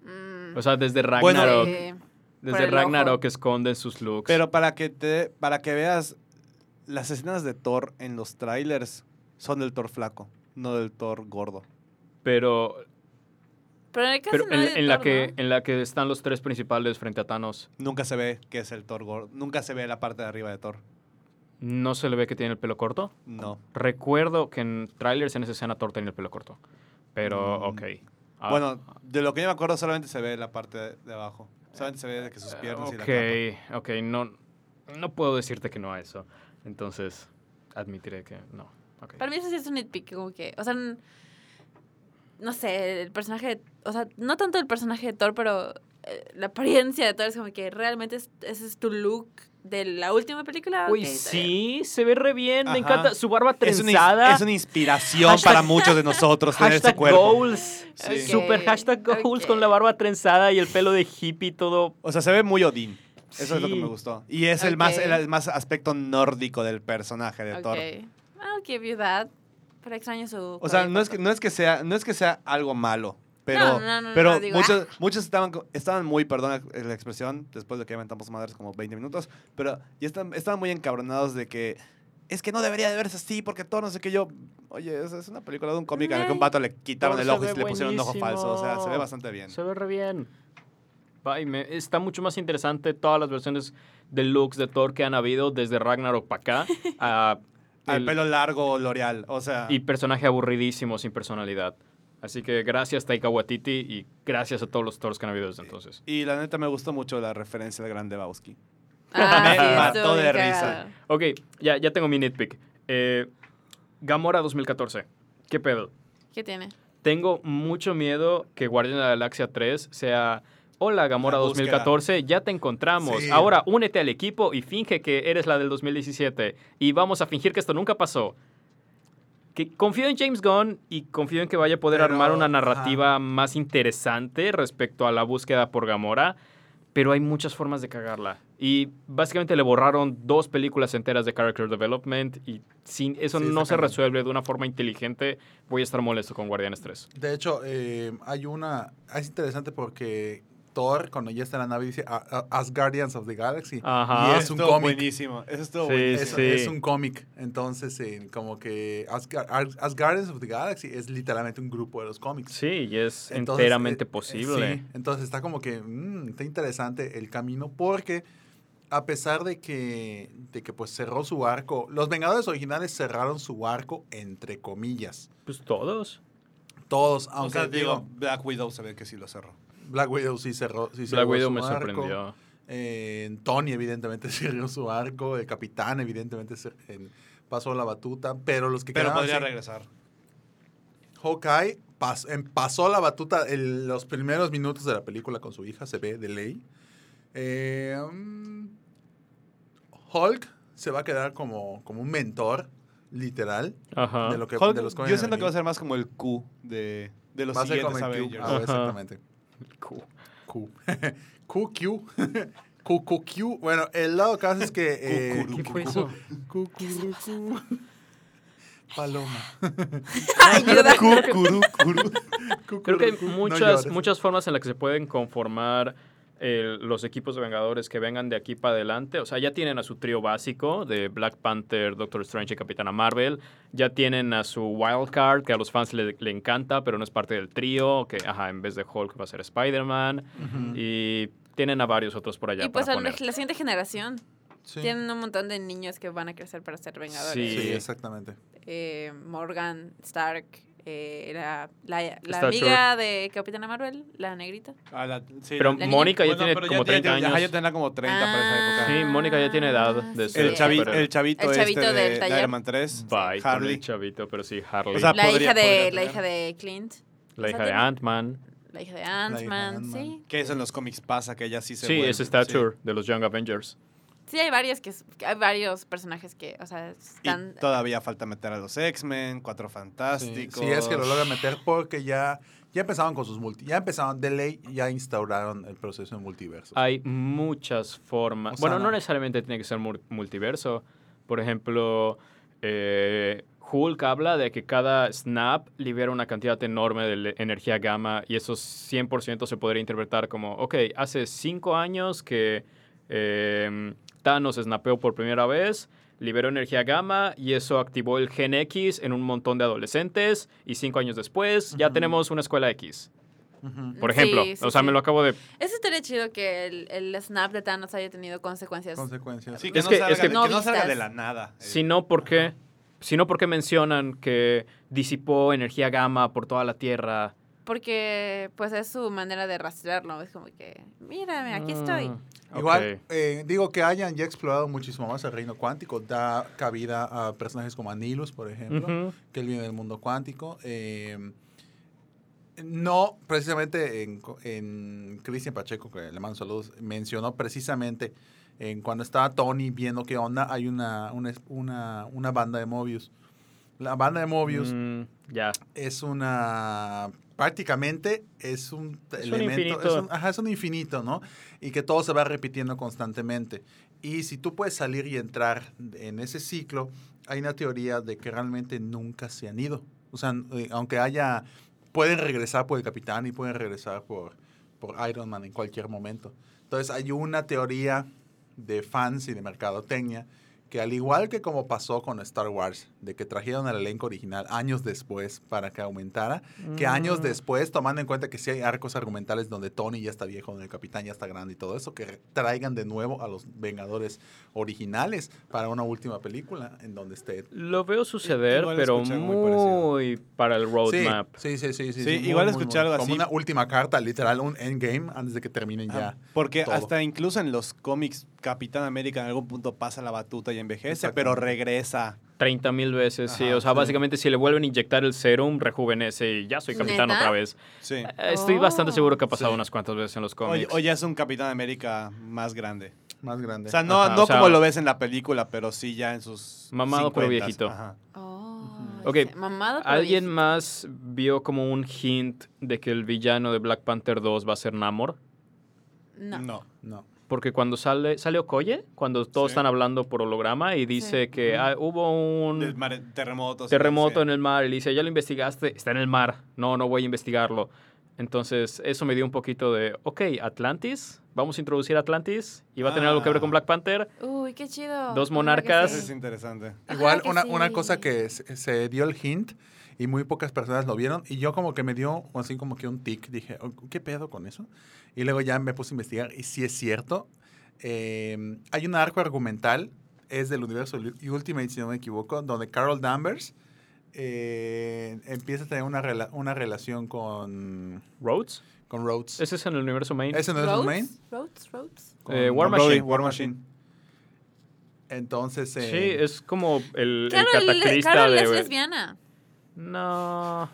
Mm, O sea, desde Bueno, Ragnarok. sí. eh, por desde el Ragnarok ojo. esconden sus looks. Pero para que te, para que veas las escenas de Thor en los trailers son del Thor flaco, no del Thor gordo. pero, Pero en el caso pero no en, hay de en la Thor, que, ¿no? en la que están los tres principales frente a Thanos, Nunca se ve que es el Thor gordo, nunca se ve la parte de arriba de Thor. ¿no se le ve que tiene el pelo corto? No. Recuerdo que en trailers en esa escena Thor tenía el pelo corto. Pero, Mm. ok. Ah, Bueno, de lo que yo me acuerdo solamente se ve la parte de, de abajo. Solamente se ve de que sus eh, piernas y la ok, capa. ok, no, no puedo decirte que no a eso. Entonces, admitiré que no. ok. Para mí eso sí es un nitpick, como que... O sea, n- no sé, el personaje... de- O sea, no tanto el personaje de Thor, pero eh, la apariencia de Thor es como que realmente es- ese es tu look de la última película. Uy, Ok, está bien. sí, se ve re bien, me Ajá. encanta. Su barba Es una, trenzada. ins- es una inspiración Hashtag- para muchos de nosotros tener ese hashtag cuerpo. goals. Sí. Ok, Super hashtag goals ok. con la barba trenzada y el pelo de hippie todo. O sea, se ve muy Odín. Eso es lo que Sí. me gustó. Y es el más Ok. el, el más aspecto nórdico del personaje de Thor. Ok. Ah, ok, viudad. Pero extraño su... O sea, no es que no es que sea, no es que sea algo malo, No, pero, no, no, pero no, digo, ah. muchos, muchos estaban, co- estaban muy, perdón la- la expresión, después de que aventamos madres como 20 minutos, pero ya están, estaban muy encabronados de que es que no debería de verse así porque todo no sé qué yo. Oye, es, es una película de un cómic en el que a un vato le quitaron Thor el se ojo y ve le pusieron un ojo buenísimo. falso, o sea, se ve bastante bien. Se ve re bien. Ay, me- está mucho más interesante todas las versiones de looks de Thor que han habido desde Ragnarok para acá. a Al el- pelo largo, L'Oreal, o sea, Y personaje aburridísimo sin personalidad. Así que gracias Taika Waititi y gracias a todos los Thors que han habido desde entonces. y la neta me gustó mucho la referencia del Grande Lebowski. Ah, Me sí, estuvo mató bien de risa. cagado. Ok, ya, ya tengo mi nitpick. Eh, Gamora 2014. ¿Qué pedo? ¿Qué tiene? Tengo mucho miedo que Guardian de la Galaxia 3 sea. Hola, Gamora La búsqueda. 2014, ya te encontramos. Sí. Ahora únete al equipo y finge que eres la del 2017. Y vamos a fingir que esto nunca pasó. Que confío en James Gunn y confío en que vaya a poder Pero, armar una ajá. narrativa más interesante respecto a la búsqueda por Gamora. Pero hay muchas formas de cagarla. Y básicamente le borraron dos películas enteras de character development. Y sin eso Sí, no está se cabrón. resuelve de una forma inteligente. Voy a estar molesto con Guardianes 3. De hecho, eh, hay una. Es interesante porque Thor, cuando ya está en la nave, dice "A- a- As Guardians of the Galaxy. Ajá. Y es un Estuvo cómic. buenísimo, eso estuvo Ah, Sí, buenísimo. Es, sí. es un cómic. Entonces, eh, como que As, Gar- As- As Guardians of the Galaxy es literalmente un grupo de los cómics. Sí, y es Entonces, enteramente eh, eh, posible. sí, entonces está como que mm, está interesante el camino porque a pesar de que, de que pues cerró su arco, los Vengadores originales cerraron su arco entre comillas. Pues todos. Todos, O aunque sea, digo, digo, Black Widow se ve que sí lo cerró. Black Widow sí cerró, sí cerró Black Widow su me arco. sorprendió. Eh, Tony evidentemente cerró su arco, el Capitán evidentemente cer- en- pasó la batuta, pero los que Pero quedaban podría sin- regresar. Hawkeye pas- em, pasó la batuta en los primeros minutos de la película con su hija, se ve de ley. Eh, mm, Hulk se va a quedar como, como un mentor, literal, Ajá. de lo que Hulk, de los que yo vayan siento que va a venir. ser más como el Q de, de los Va a ser siguientes como el Q. Avengers. Ah, Ajá. exactamente. Cool. Q. QQ. QQQ. Bueno, el lado caso es que... eh, ¿Qué fue eso? Cucurucu. Paloma. Ay, viudad. Cucurucuru. Creo que hay Cucurucu. No muchas, llores. muchas formas en las que se pueden conformar eh, los equipos de Vengadores que vengan de aquí para adelante. O sea, ya tienen a su trío básico de Black Panther, Doctor Strange y Capitana Marvel. Ya tienen a su Wild Card, que a los fans le, le encanta, pero no es parte del trío. Que, ajá, en vez de Hulk va a ser Spider-Man. Y tienen a varios otros por allá Y pues para a la, poner. la siguiente generación. Sí. Tienen un montón de niños que van a crecer para ser vengadores. Sí. Sí, exactamente. Eh, Morgan, Stark, eh, la, la- la Stature. amiga de Capitana Marvel, la negrita. Ah, la- sí, Pero la- niña- Mónica ya Bueno, tiene pero como ya- ya- 30 ya- años. Ya tendrá como 30 para esa época. Sí, Mónica ya tiene edad de Ah, sí, El, sí, chavi- pero- el chavito, El chavito este del de, taller. Iron Man 3, Bye, con Harley. el chavito, pero sí, Harley. O sea, la, La, podría- hija, de, podría la tener. hija de Clint, o sea, hija de tiene- Ant-Man. la hija de Ant-Man, Ant-Man. sí. Que eso en los cómics pasa, que ella sí se Sí, vuelve, es Stature de los Young Avengers. Sí, hay varios, que, es- hay varios personajes que, o sea, Y están... todavía falta meter a los X-Men, Cuatro Sí, Fantásticos. sí, es que lo logra meter porque ya, ya empezaron con sus multi. Ya empezaron, de ley, ya instauraron el proceso de multiverso. Hay muchas formas. O sea, bueno, no no. necesariamente tiene que ser mul- multiverso. Por ejemplo, eh, Hulk habla de que cada snap libera una cantidad enorme de le- energía gamma y eso 100% se podría interpretar como, ok, hace cinco años que eh, Thanos snapeó por primera vez. Liberó energía gamma y eso activó el gen X en un montón de adolescentes. Y cinco años después ya Ujú. tenemos una escuela X, Ujú. por ejemplo. Sí, sí, o sea, sí. me lo acabo de Eso estaría chido que el, el snap de Thanos haya tenido consecuencias. Consecuencias. Sí, que, Es no, que- salga, es que- de- No que no salga vistas. de la nada. eh. Sino porque, sino porque mencionan que disipó energía gamma por toda la Tierra. Porque, pues, es su manera de rastrearlo. Es como que, mírame, aquí estoy. Ah, Igual, ok. eh, digo que hayan ya explorado muchísimo más el reino cuántico. Da cabida a personajes como Anilus, por ejemplo, Ujú. que él vive en el mundo cuántico. Eh, no, precisamente en, co- en Cristian Pacheco, que le mando saludos, mencionó precisamente en cuando estaba Tony viendo qué onda, hay una, una, una, una banda de Mobius. La banda de Mobius Mm, ya. es una prácticamente es un elemento infinito. es un, ajá, es un infinito no y que todo se va repitiendo constantemente y si tú puedes salir y entrar en ese ciclo hay una teoría de que realmente nunca se han ido o sea eh, aunque haya pueden regresar por el capitán y pueden regresar por por Iron Man en cualquier momento entonces hay una teoría de fans y de mercadotecnia que al igual que como pasó con Star Wars, de que trajeron el elenco original años después para que aumentara, que años Mm. después, tomando en cuenta que sí hay arcos argumentales donde Tony ya está viejo, donde el capitán ya está grande y todo eso, que re- traigan de nuevo a los Vengadores originales para una última película en donde esté... Lo veo suceder, Igual pero escuché muy muy para el roadmap. Sí, sí, sí, sí. Sí, igual escuché algo así. Como una última carta, literal, un endgame antes de que terminen Ah, ya. Porque todo. hasta incluso en los cómics, Capitán América en algún punto pasa la batuta y envejece, Exactamente. pero regresa. 30 mil veces, sí. Ajá, O sea, sí. básicamente si le vuelven a inyectar el serum, rejuvenece y ya soy capitán ¿Neta? otra vez. Sí. Eh, Estoy bastante Oh. seguro que ha pasado Sí. unas cuantas veces en los O, cómics. o ya es un Capitán América más grande. Más grande. O sea, no, Ajá, no o sea- como lo ves en la película, pero sí ya en sus. Mamado, pero 50s. viejito. Ajá. Oh, Ok, ese- Mamado pero ¿Alguien bien. más vio como un hint de que el villano de Black Panther 2 va a ser Namor? No. No. Porque cuando sale, sale Okoye, cuando todos Sí. están hablando por holograma y dice que ah, hubo Del un mare- terremoto. sí, terremoto sí. en el mar, y le dice, ya lo investigaste, está en el mar, no, no voy a investigarlo. Entonces, eso me dio un poquito de, ok, Atlantis, vamos a introducir Atlantis, y va a tener algo que ver con Ah. Black Panther. Uy, qué chido. Dos Ojalá que monarcas. Eso sí. es interesante. Ajá, Igual que una, una sí. cosa que se, se dio el hint y muy pocas personas lo vieron y yo como que me dio así como que un tic, dije, "Oh, ¿qué pedo con eso? Y luego ya me puse a investigar y si es cierto, eh, hay un arco argumental, es del universo Ul- Ultimate si no me equivoco, donde Carol Danvers eh, empieza a tener una, rela- una relación con, Rhodes, con Rhodes. ese es en el universo main. ¿Ese no es un Rhodes, main? Rhodes, Rhodes. Con- Eh, War con Machine. Brody, War Machine. Entonces... eh, Sí, es como el, el Carol, catacrista Carol de... es lesbiana. No.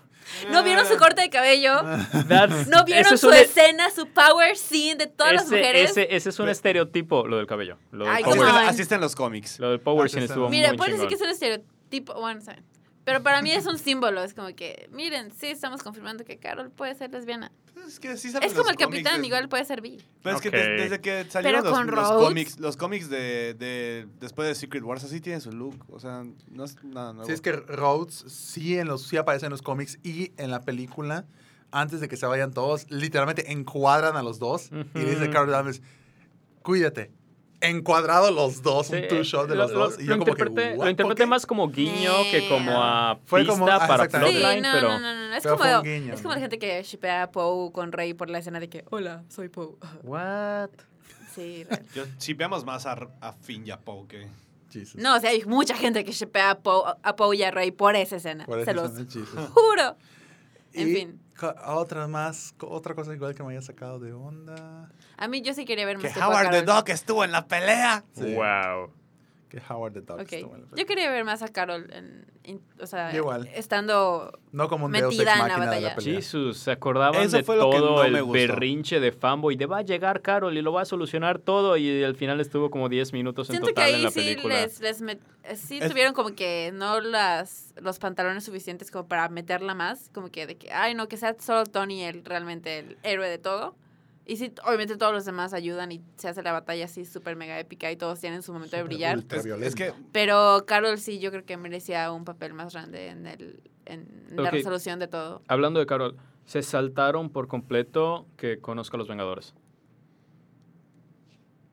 ¿No vieron Ah. su corte de cabello? That's- ¿No vieron ese Ah. es su un- e-, escena, su power scene de todas las ese- mujeres? Ese, ese es un estereotipo, lo del cabello. Lo del Ay, Así power, come on. está, así está en los cómics. lo del power Ah, scene sí, estuvo sí. Mira, muy puede decir chingón. que es un estereotipo, bueno, saben. Pero para mí es un símbolo, es como que, miren, sí, estamos confirmando que Carol puede ser lesbiana. Es, que sí salen Es como los el capitán, cómics, es- igual puede ser bi. Pero es que Ok. des- desde, que salieron Pero los, con los Rhodes. cómics, los cómics de, de- después de Secret Wars así tienen su look, o sea, no es nada nuevo. Sí, es que Rhodes sí, en los, sí aparece en los cómics y en la película, antes de que se vayan todos, literalmente encuadran a los dos y le dice Ujú. Carol Danvers, cuídate. Encuadrado los dos, Sí, un two-shot de lo- los lo- dos. y yo lo como que, interpreté, "What? lo interpreté ¿Por qué?". más como guiño que como a Fue pista como- ah, para exactamente. plotline, sí, no, pero no, no, no, no, Es pero como, fue un guiño, es como la ¿no? gente que shippea a Poe con Rey por la escena de que, hola, soy Poe. what? Sí, real. Yo, si veamos más a, R- a Finn y a Poe que Jesus. No, o sea, hay mucha gente que shepea a Poe a, Poe y a Rey por esa escena. Por eso se los son de Jesus. juro. En Y fin. co- Otra más, co- otra cosa igual que me haya sacado de onda. A mí yo sí quería ver Que más tiempo a Howard the Carol. Dog estuvo en la pelea. Sí, Wow. Que Howard the Duck Ok. estuvo en la Yo película. quería ver más a Carol. en- in- o sea, Yo igual. estando. No como un Deus Ex Metida en la Machina de la batalla. pelea. Jesus, se acordaban Eso de fue lo que no todo me el gustó. berrinche de fanboy de va a llegar Carol y lo va a solucionar todo y al final estuvo como 10 minutos en Siento que total en ahí la sí película. les, les met- eh, sí Es- tuvieron como que no las los pantalones suficientes como para meterla más, como que de que ay no que sea solo Tony el realmente el héroe de todo. Y sí, obviamente todos los demás ayudan y se hace la batalla así súper mega épica y todos tienen su momento de Súper brillar. ultra Es, es violenta. que Pero Carol sí, yo creo que merecía un papel más grande en, el, en la Ok. resolución de todo. Hablando de Carol, se saltaron por completo que conozca a los Vengadores.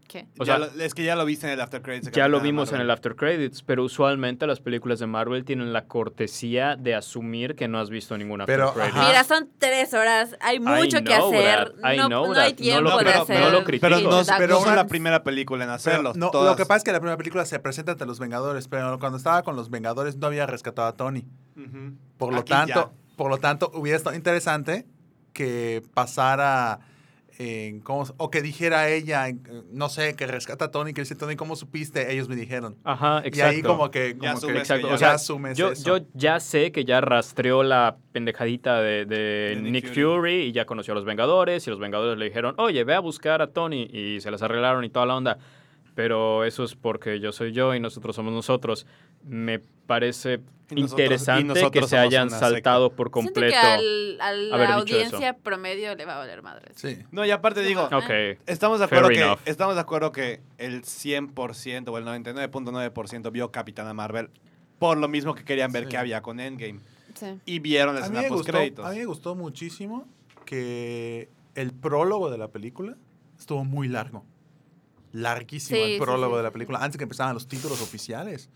¿Qué? O ya sea, lo- es que ya lo viste en el After Credits. de Ya lo Capitana vimos en Marvel. el After Credits, pero usualmente las películas de Marvel tienen la cortesía de asumir que no has visto ningún After Pero, Credits. ajá. Mira, son tres horas, hay mucho I que know hacer, that, I no, know no that. hay No tiempo lo de creo, hacer. no lo critico. Pero no, Dark pero no Knights. es la primera película en Pero hacerlo. no, todas- Lo que pasa es que la primera película se presenta ante los Vengadores, pero cuando estaba con los Vengadores no había rescatado a Tony. Ujú. Por lo Aquí tanto, ya. por lo tanto, hubiera estado interesante que pasara en cómo, o que dijera ella, en- no sé, que rescata a Tony, que dice Tony, ¿cómo supiste? Ellos me dijeron. Ajá, Y exacto. ahí como que, como Ya que- asumes Exacto, que ya- o sea, ya asumes yo, eso. yo ya sé que ya rastreó la pendejadita de, de De Nick Nick Fury. Fury. y ya conoció a los Vengadores y los Vengadores le dijeron, oye, ve a buscar a Tony y se las arreglaron y toda la onda. Pero eso es porque yo soy yo y nosotros somos nosotros. Me parece Y nosotros- interesante y nosotros que se somos hayan una secta. saltado por completo. Siento que al- a la haber dicho audiencia promedio le va a valer madre. Sí. No, y aparte digo, No. Ok. estamos de Fair acuerdo que enough. estamos de acuerdo que el 100% o el 99.9% vio Capitana Marvel por lo mismo que querían ver Sí. qué había con Endgame Sí. y vieron la A mí, me escena post gustó, créditos. a mí me gustó muchísimo que el prólogo de la película estuvo muy largo. Larguísimo Sí, sí, el sí, prólogo de la sí. película. Antes que empezaban los títulos oficiales.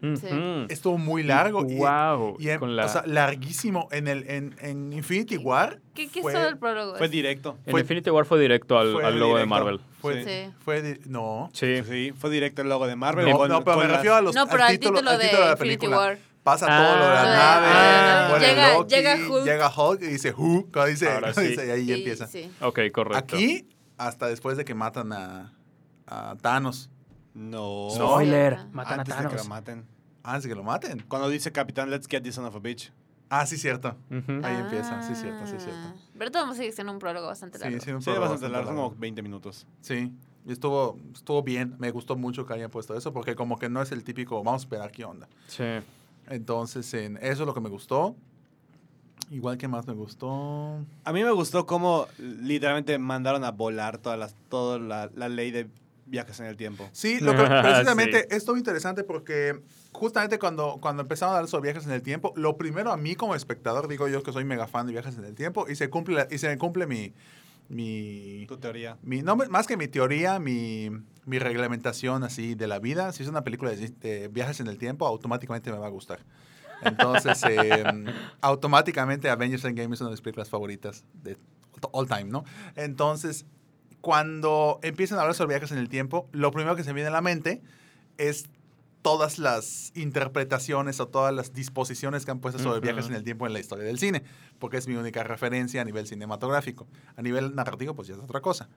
Sí. Ujú. Estuvo muy largo. y- Wow. Y, en- con la- o sea, larguísimo. En, el, en, en Infinity War. ¿Qué, qué fue- es todo el prólogo? Fue directo. en fue- Infinity War fue directo al, fue al logo de directo, Marvel. Fue, Sí. fue di- no. Sí. Sí, fue directo el logo de Marvel. no, con- no, pero con me las- refiero a los, no, pero al título, al de, título de la Infinity película. War. Pasa Ah. todo lo de la Ah. nave. Ah. muere Llega- Loki, llega Hulk. llega Hulk y dice Who. cuando dice, Ahora cuando sí. dice, y ahí Sí, empieza. sí. Ok, correcto. Aquí, hasta después de que matan a, a Thanos. No. No. Spoiler, matan Antes de que lo maten. Antes de Ah, que lo maten. Cuando dice Capitán, let's get this son of a bitch. Ah, sí, cierto. Ujú. Ahí empieza, sí, cierto, sí, cierto. Ah. Pero todo sigue siendo un prólogo bastante largo. Sí, sí, un Sí, programa bastante largo, son largo. como 20 minutos. Sí, y estuvo, estuvo bien. Me gustó mucho que hayan puesto eso porque como que no es el típico, vamos a esperar qué onda. Sí. Entonces, en- eso es lo que me gustó. Igual que más me gustó. A mí me gustó cómo literalmente mandaron a volar todas las, toda la, la ley de viajes en el tiempo. Sí, lo que, Ah, precisamente sí. estuvo interesante porque justamente cuando, cuando empezaron a dar esos viajes en el tiempo, lo primero a mí como espectador, digo yo que soy mega fan de viajes en el tiempo, y se cumple la- y se me cumple mi, mi, Tu teoría. mi no, más que mi teoría, mi, mi reglamentación así de la vida, si es una película de, de viajes en el tiempo, automáticamente me va a gustar. Entonces, eh, automáticamente Avengers Endgame es una de mis películas favoritas de all time, ¿no? Entonces, cuando empiezan a hablar sobre viajes en el tiempo, lo primero que se me viene a la mente es todas las interpretaciones o todas las disposiciones que han puesto sobre Ujú. viajes en el tiempo en la historia del cine, porque es mi única referencia a nivel cinematográfico. A nivel narrativo, pues ya es otra cosa.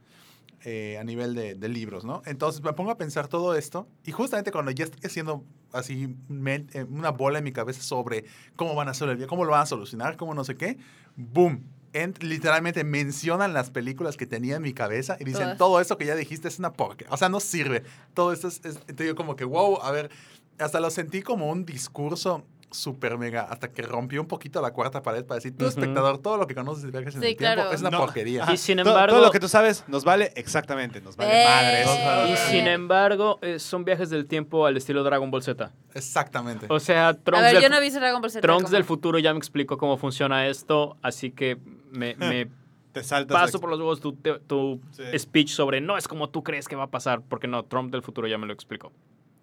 eh, a nivel de, de libros, ¿no? Entonces me pongo a pensar todo esto y justamente cuando ya estoy haciendo así men- eh, una bola en mi cabeza sobre cómo van a hacer el viaje, cómo lo van a solucionar, cómo no sé qué, ¡boom! En- literalmente mencionan las películas que tenía en mi cabeza y dicen, Todas. todo esto que ya dijiste es una porca. O sea, no sirve. Todo esto es, es- te digo como que, wow, a ver, hasta lo sentí como un discurso súper mega, hasta que rompió un poquito la cuarta pared para decir, tú Ujú. espectador, todo lo que conoces de viajes en Sí, el tiempo claro. es una No. porquería. Ajá. Y sin To- embargo- Todo lo que tú sabes nos vale exactamente, nos vale Ve. madres. Eh. Y sin embargo, eh, son viajes del tiempo al estilo Dragon Ball Z. Exactamente. O sea, A Trunks, ver, del, yo no he visto Dragon Ball Z. Trunks ¿cómo? del futuro ya me explicó cómo funciona esto, así que me, me Te saltas. paso por los huevos tu, te- tu Sí. speech sobre no es como tú crees que va a pasar, porque no, Trump del futuro ya me lo explicó.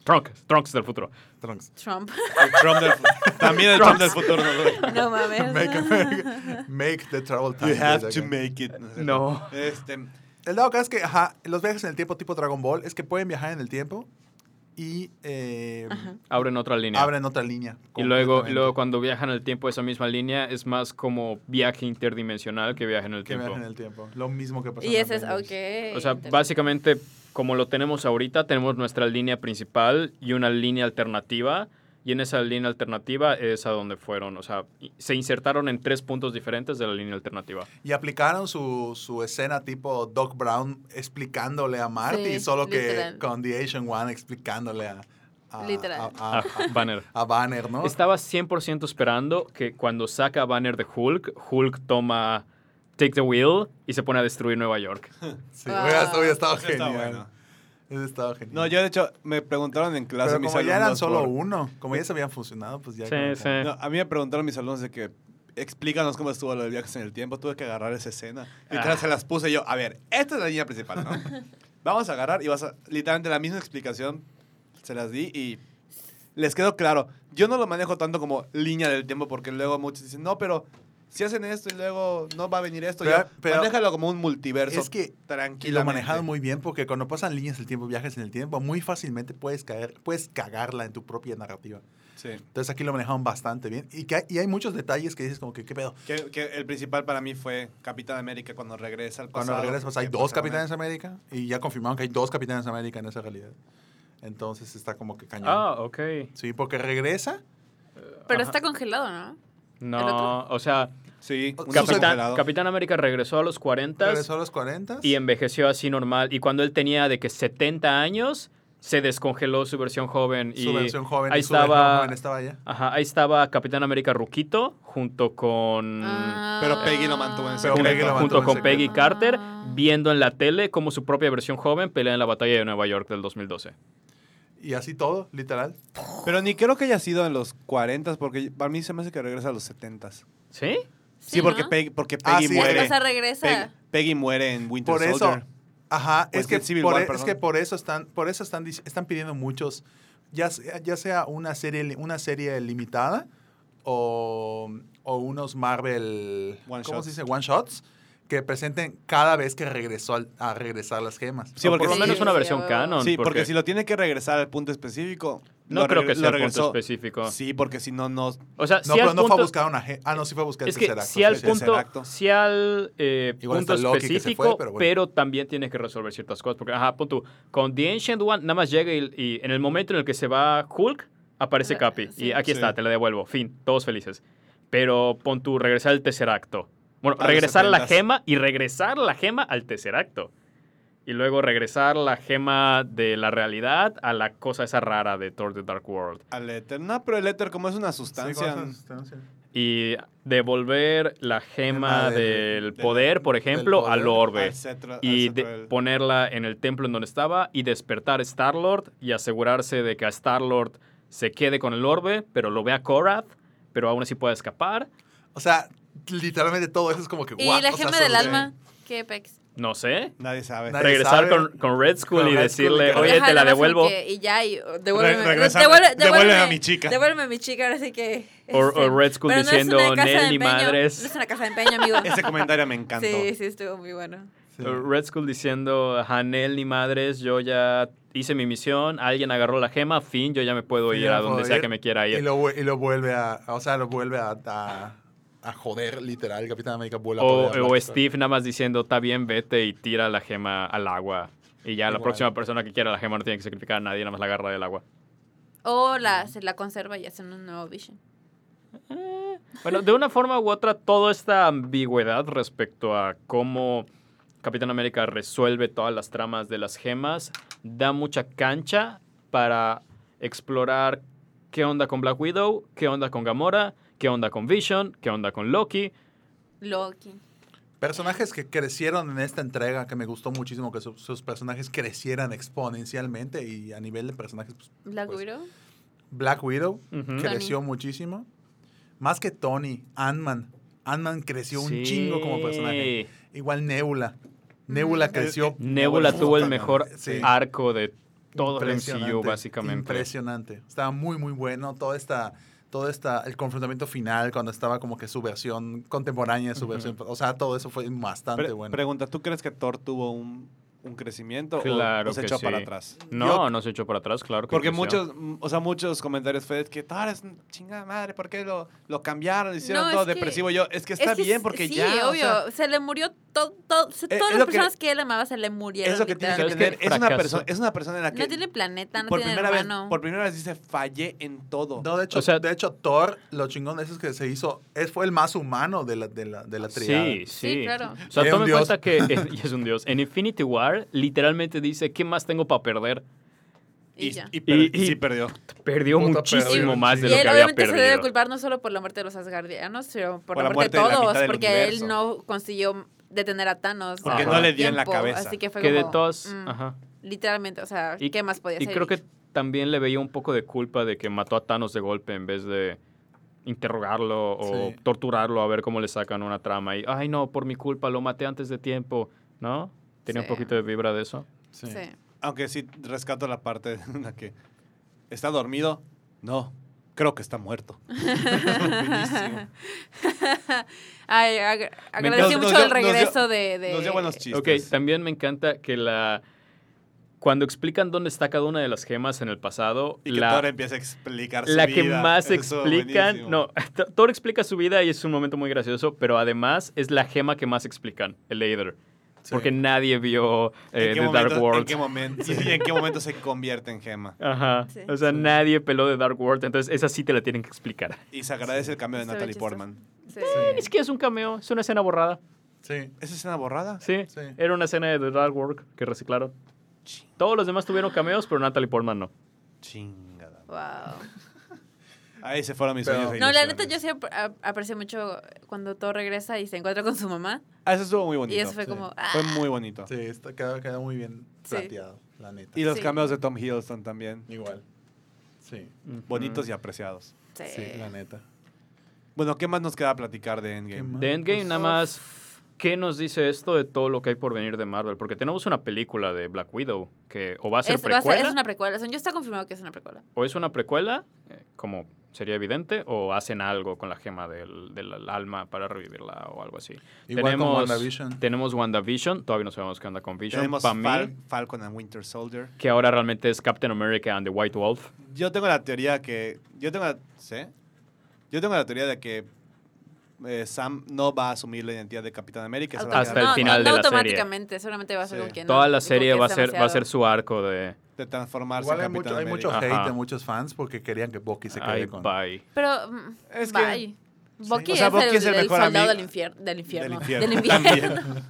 Trunks, Trunks del futuro. Trunks. Trump. el Trump del fu- También el Trump del futuro. ¿no? no mames. Make, America- make the travel time. You have to Desde acá. make it. No. Este, El dado acá es que, ajá, los viajes en el tiempo tipo Dragon Ball es que pueden viajar en el tiempo y eh, Ajá. Abren otra línea. abren otra línea. Y luego, completamente. luego cuando viajan al tiempo esa misma línea es más como viaje interdimensional que viaje en el que tiempo. viajan en el tiempo. Lo mismo que pasó. Y en ese es, ok. Avengers. O sea, básicamente como lo tenemos ahorita, tenemos nuestra línea principal y una línea alternativa. Y en esa línea alternativa es a donde fueron. O sea, i- se insertaron en tres puntos diferentes de la línea alternativa. Y aplicaron su, su escena tipo Doc Brown explicándole a Marty, Sí, solo que literal. con The Asian One explicándole a, a, Literal. a- a- Ah, Banner. a Banner, ¿no? Estaba 100% esperando que cuando saca a Banner de Hulk, Hulk toma Take the Wheel y se pone a destruir Nueva York. Sí, Wow. hubiera hubiera estado Eso está genial. bueno. Eso estaba genial. No, yo de hecho me preguntaron en clase Pero mis como ya eran alumnos solo por- uno, como ya se habían funcionado, pues ya. Sí, como- sí. No, a mí me preguntaron mis alumnos de que explícanos cómo estuvo lo de viajes en el tiempo. Tuve que agarrar esa escena. Literal, Ah. se las puse yo. A ver, esta es la línea principal, ¿no? Vamos a agarrar y vas a... Literalmente la misma explicación se las di y les quedó claro. Yo no lo manejo tanto como línea del tiempo porque luego muchos dicen, no, pero si hacen esto y luego no va a venir esto. Pero- Yo, pero- manéjalo como un multiverso. Es que- Y tranquilo lo manejaron muy bien porque cuando pasan líneas del tiempo, viajes en el tiempo, muy fácilmente puedes caer, puedes cagarla en tu propia narrativa. Sí. Entonces aquí lo manejaron bastante bien. Y, que hay, y hay muchos detalles que dices como que, ¿qué pedo? Que, que el principal para mí fue Capitán América cuando regresa al pasado. Cuando regresas, pues, hay que dos pasaron Capitanes América y ya confirmaron que hay dos Capitanes América en esa realidad. Entonces está como que cañón. Ah, ok. Sí, porque regresa. Pero Ajá. está congelado, ¿no? ¿El No, otro? o sea, Sí, un Capitán- Capitán, congelado. Capitán América regresó a los 40 Regresó a los 40. y envejeció así normal. Y cuando él tenía de que 70 años, se descongeló su versión joven. Y su versión joven. ahí y su versión estaba- joven estaba allá. Ajá, ahí estaba Capitán América Ruquito junto con... Ah. Pero Peggy lo mantuvo en Pero secreto. Peggy lo mantuvo junto en con secreto. Peggy Carter, Ah. viendo en la tele cómo su propia versión joven pelea en la batalla de Nueva York del 2012. Y así todo, literal. Pero ni creo que haya sido en los 40 porque para mí se me hace que regresa a los 70 Sí, ¿Sí? porque, ¿no? Peggy, porque Ah, Peggy sí. muere. O sea, regresa. Peg- Peggy muere en Winter Por eso- Soldier. Ajá, Pues es, que sí, Civil por, War, e- es perdón. que por eso están, por eso están, dic- están pidiendo muchos, ya sea, ya sea una serie, li- una serie limitada o, o unos Marvel, One ¿cómo shots. se dice? One shots que presenten cada vez que regresó al- a regresar las gemas. Sí, O porque Por lo sí. menos una Sí, versión sí, canon. Sí, porque porque si lo tiene que regresar al punto específico. no lo creo regre- que sea lo el punto regresó. específico. Sí, porque si no, no. O sea, no, sí al pero no fue a punto- buscar una gema. Ah, no, sí fue a buscar el Es que tercer acto, si al sí, sí, sí. tercer punto, acto. si al eh, Igual punto está Loki que se específico, fue, pero, pero bueno. también tiene que resolver ciertas cosas. Porque, ajá, punto. Con The Ancient One, nada más llega y, y en el momento en el que se va Hulk, aparece La- Capi. sí. Y aquí Sí. está, te la devuelvo. Fin, todos felices. Pero pon tú, regresar al tercer acto. Bueno, A los regresar la 70s. gema y regresar la gema al tercer acto. Y luego regresar la gema de la realidad a la cosa esa rara de Thor The Dark World. Al éter. No, pero el éter, como es una Sí, con sustancia. esa sustancia. y devolver la gema Ah, del- del, del- poder, por ejemplo, poder, Ah, al al orbe. cetro- al Y cetro de- del- ponerla en el templo en donde estaba y despertar a Star-Lord y asegurarse de que a Star-Lord se quede con el orbe, pero lo vea Korath, pero aún así pueda escapar. O sea, literalmente todo eso es como que Y guau, la o sea, gema del sobre- alma. ¿Qué pex? No sé. Nadie sabe. Nadie Regresar sabe. con, con Red Skull Con y Red decirle, Skull y que- oye, Ajá, te nada la más como devuelve. que- y ya, y oh, devuélveme, Re- regrésame, devuelve- devuélveme a mi chica. Devuélveme a mi chica, ahora sí que... O, o este, Red Skull pero no es diciendo, una casa de Nel, ni empeño, madres. No es una casa de empeño, amigo. Ese comentario me encantó. Sí, sí, estuvo muy bueno. Sí. Eh, Red Skull diciendo, Hanel ni madres, yo ya hice mi misión, alguien agarró la gema, fin, yo ya me puedo Sí, ir ya a puedo donde sea ir. que me quiera ir. Y lo, vu- y lo vuelve a, o sea, lo vuelve a, a, a joder, literal. Capitán América vuelve a O, joder a o Black Star. Steve nada más diciendo, está bien, vete y tira la gema al agua. Y ya la Igual. próxima persona que quiera la gema no tiene que sacrificar a nadie, nada más la agarra del agua. O la, se la conserva y hacen un nuevo Vision. Bueno, de una forma u otra, toda esta ambigüedad respecto a cómo Capitán América resuelve todas las tramas de las gemas da mucha cancha para explorar qué onda con Black Widow, qué onda con Gamora, qué onda con Vision, qué onda con Loki. Loki. Personajes que crecieron en esta entrega, que me gustó muchísimo que su- sus personajes crecieran exponencialmente y a nivel de personajes, pues, Black Pues, Widow. Black Widow Ujú. creció muchísimo. Más que Tony, Ant-Man. Ant-Man creció un Sí. chingo como personaje. Igual Nebula. Nebula creció. Nebula tuvo el mejor Sí. arco de todo el Impresionante, MCU, básicamente. Impresionante. Estaba muy, muy bueno. Todo esta, todo esta, el confrontamiento final cuando estaba como que su versión contemporánea, su versión, o sea, todo eso fue bastante Pre- bueno. Pregunta, ¿tú crees que Thor tuvo un, un crecimiento Claro o se que echó sí. para atrás? No, Yo- no se echó para atrás, claro que Porque creció. muchos, mm, o sea, muchos comentarios fue que tú eres un chingada madre, ¿por qué lo, lo cambiaron? Lo hicieron No, todo es que- depresivo. Yo, es que está Es que bien sí- porque sí, ya. o obvio. sea, Eh, se le murió todo, todo- se- es todas lo las que- personas que, él amaba se le murieron. es lo que tiene que literal. tener. literalmente. Es que Es una fracasó. persona, es una persona en la que No tiene planeta, no por tiene primera vez, hermano. por primera vez dice fallé en todo. No, de hecho, O sea- de hecho, Thor, lo chingón de eso es que se hizo, es, fue el más humano de la, de la, de la triada. Sí, sí. Sí, claro. O sea, Era un tome en dios. cuenta que es, y es un dios. En Infinity War, literalmente dice, ¿qué más tengo para perder? Y, y, ya. y per- Y- sí y- perdió. Perdió Puta, muchísimo perdió. más de Y lo él que había obviamente se debe perdido. culpar no solo por la muerte de los asgardianos, sino por, Por la la muerte de muerte de la todos, mitad del porque universo. él no consiguió detener a Thanos. Porque a no le dio en la tiempo, cabeza. Así que fue Que de como, todos... mm, Ajá. Literalmente, o sea, Y- ¿qué más podía Y hacer? creo que también le veía un poco de culpa de que mató a Thanos de golpe en vez de interrogarlo o Sí. torturarlo a ver cómo le sacan una trama. Y, ay, no, por mi culpa lo maté antes de tiempo, ¿no? Tenía Sí. un poquito de vibra de eso. Sí. Sí. Aunque sí rescato la parte en la que está dormido. No, creo que está muerto. Buenísimo. Ay, ag- Nos- agradecí nos mucho dio- el nos dio- regreso de, de- Nos dio buenos chistes. Ok, también me encanta que la... Cuando explican dónde está cada una de las gemas en el pasado, Y que la, Thor empieza a explicar su la que vida. más Eso, explican... buenísimo. No, T- Thor explica su vida y es un momento muy gracioso, pero además es la gema que más explican, el Aether. Sí. Porque nadie vio ¿En qué eh, The momento- Dark ¿En World. qué momento, sí, sí, ¿En qué momento se convierte en gema? Ajá. Sí. O sea, nadie peló de Dark World, entonces esa sí te la tienen que explicar. Y se agradece el cambio de Está bien Natalie chistoso. Portman. Sí. Ni siquiera es un cameo, es una escena borrada. Sí. ¿Esa escena borrada? Sí, Sí. era una escena de The Dark World que reciclaron. Todos los demás tuvieron cameos, pero Natalie Portman no. Chingada. Wow. Ahí se fueron mis Pero- sueños. e No, la neta yo ilusiones. sí ap- ap- aprecio mucho cuando Thor regresa y se encuentra con su mamá. Ah, eso estuvo muy bonito. Y eso fue sí. como... Fue ah, muy bonito. Sí, está, queda, queda muy bien Sí. planteado, la neta. Y los Sí. cameos de Tom Hiddleston también. Mm. Igual. Sí, Bonitos y apreciados. sí. sí, la neta. Bueno, ¿qué más nos queda platicar de ¿Qué Endgame? más? De Endgame, pues, nada más, ¿qué nos dice esto de todo lo que hay por venir de Marvel? Porque tenemos una película de Black Widow que o va a ser Es, va a precuela, ser- es una precuela. o sea, Yo está confirmado que es una precuela. o es una precuela, eh, como sería evidente, o hacen algo con la gema del, del alma para revivirla o algo así. Igual tenemos, como WandaVision. Tenemos WandaVision, todavía no sabemos qué onda con Vision. Tenemos Pa' mí- Fal- Falcon and Winter Soldier. que ahora realmente es Captain America and the White Wolf. Yo tengo la teoría que... Yo tengo la... ¿Sí? Yo tengo la teoría de que eh, Sam no va a asumir la identidad de Capitán América. se va a Hasta quedar el no, con- no, final de no la serie. automáticamente, solamente va a ser Sí. con quien Toda no, la como serie que va a es ser va a ser demasiado. su arco de De transformarse Igual en hay Capitán mucho, hay mucho América. Ah. hate Ajá. de muchos fans porque querían que Bucky se ay, quede con... bye. Pero, mm, Es que- bye. Bucky, O sea, es Bucky el, es el el mejor soldado amigo- del, infier- del Del infierno. infierno. infierno. También.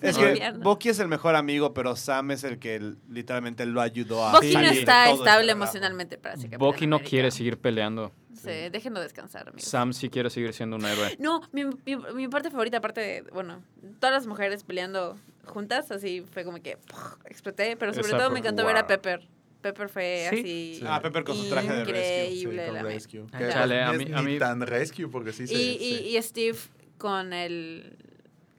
es Del que infierno. Bucky es el mejor amigo, pero Sam es el que l- literalmente lo ayudó a Bucky no salir de está todo este estable relajo. emocionalmente para ser Capitán Bucky no América. quiere seguir peleando. Sí, déjenlo descansar, amigos. Sam sí quiere seguir siendo un héroe. No, mi, mi- mi parte favorita, aparte de, bueno, todas las mujeres peleando juntas, así fue como que ¡puf! exploté, pero sobre Esa todo fue- me encantó ver a wow. Pepper. Pepper fue Sí. así. Sí. Ah, Pepper con su traje de rescue. Sí, Increíble. con la- Rescue. Ay, Que chale, no a es mí- a ni mí- tan Rescue porque sí Y, se... y, sí. y Steve con el,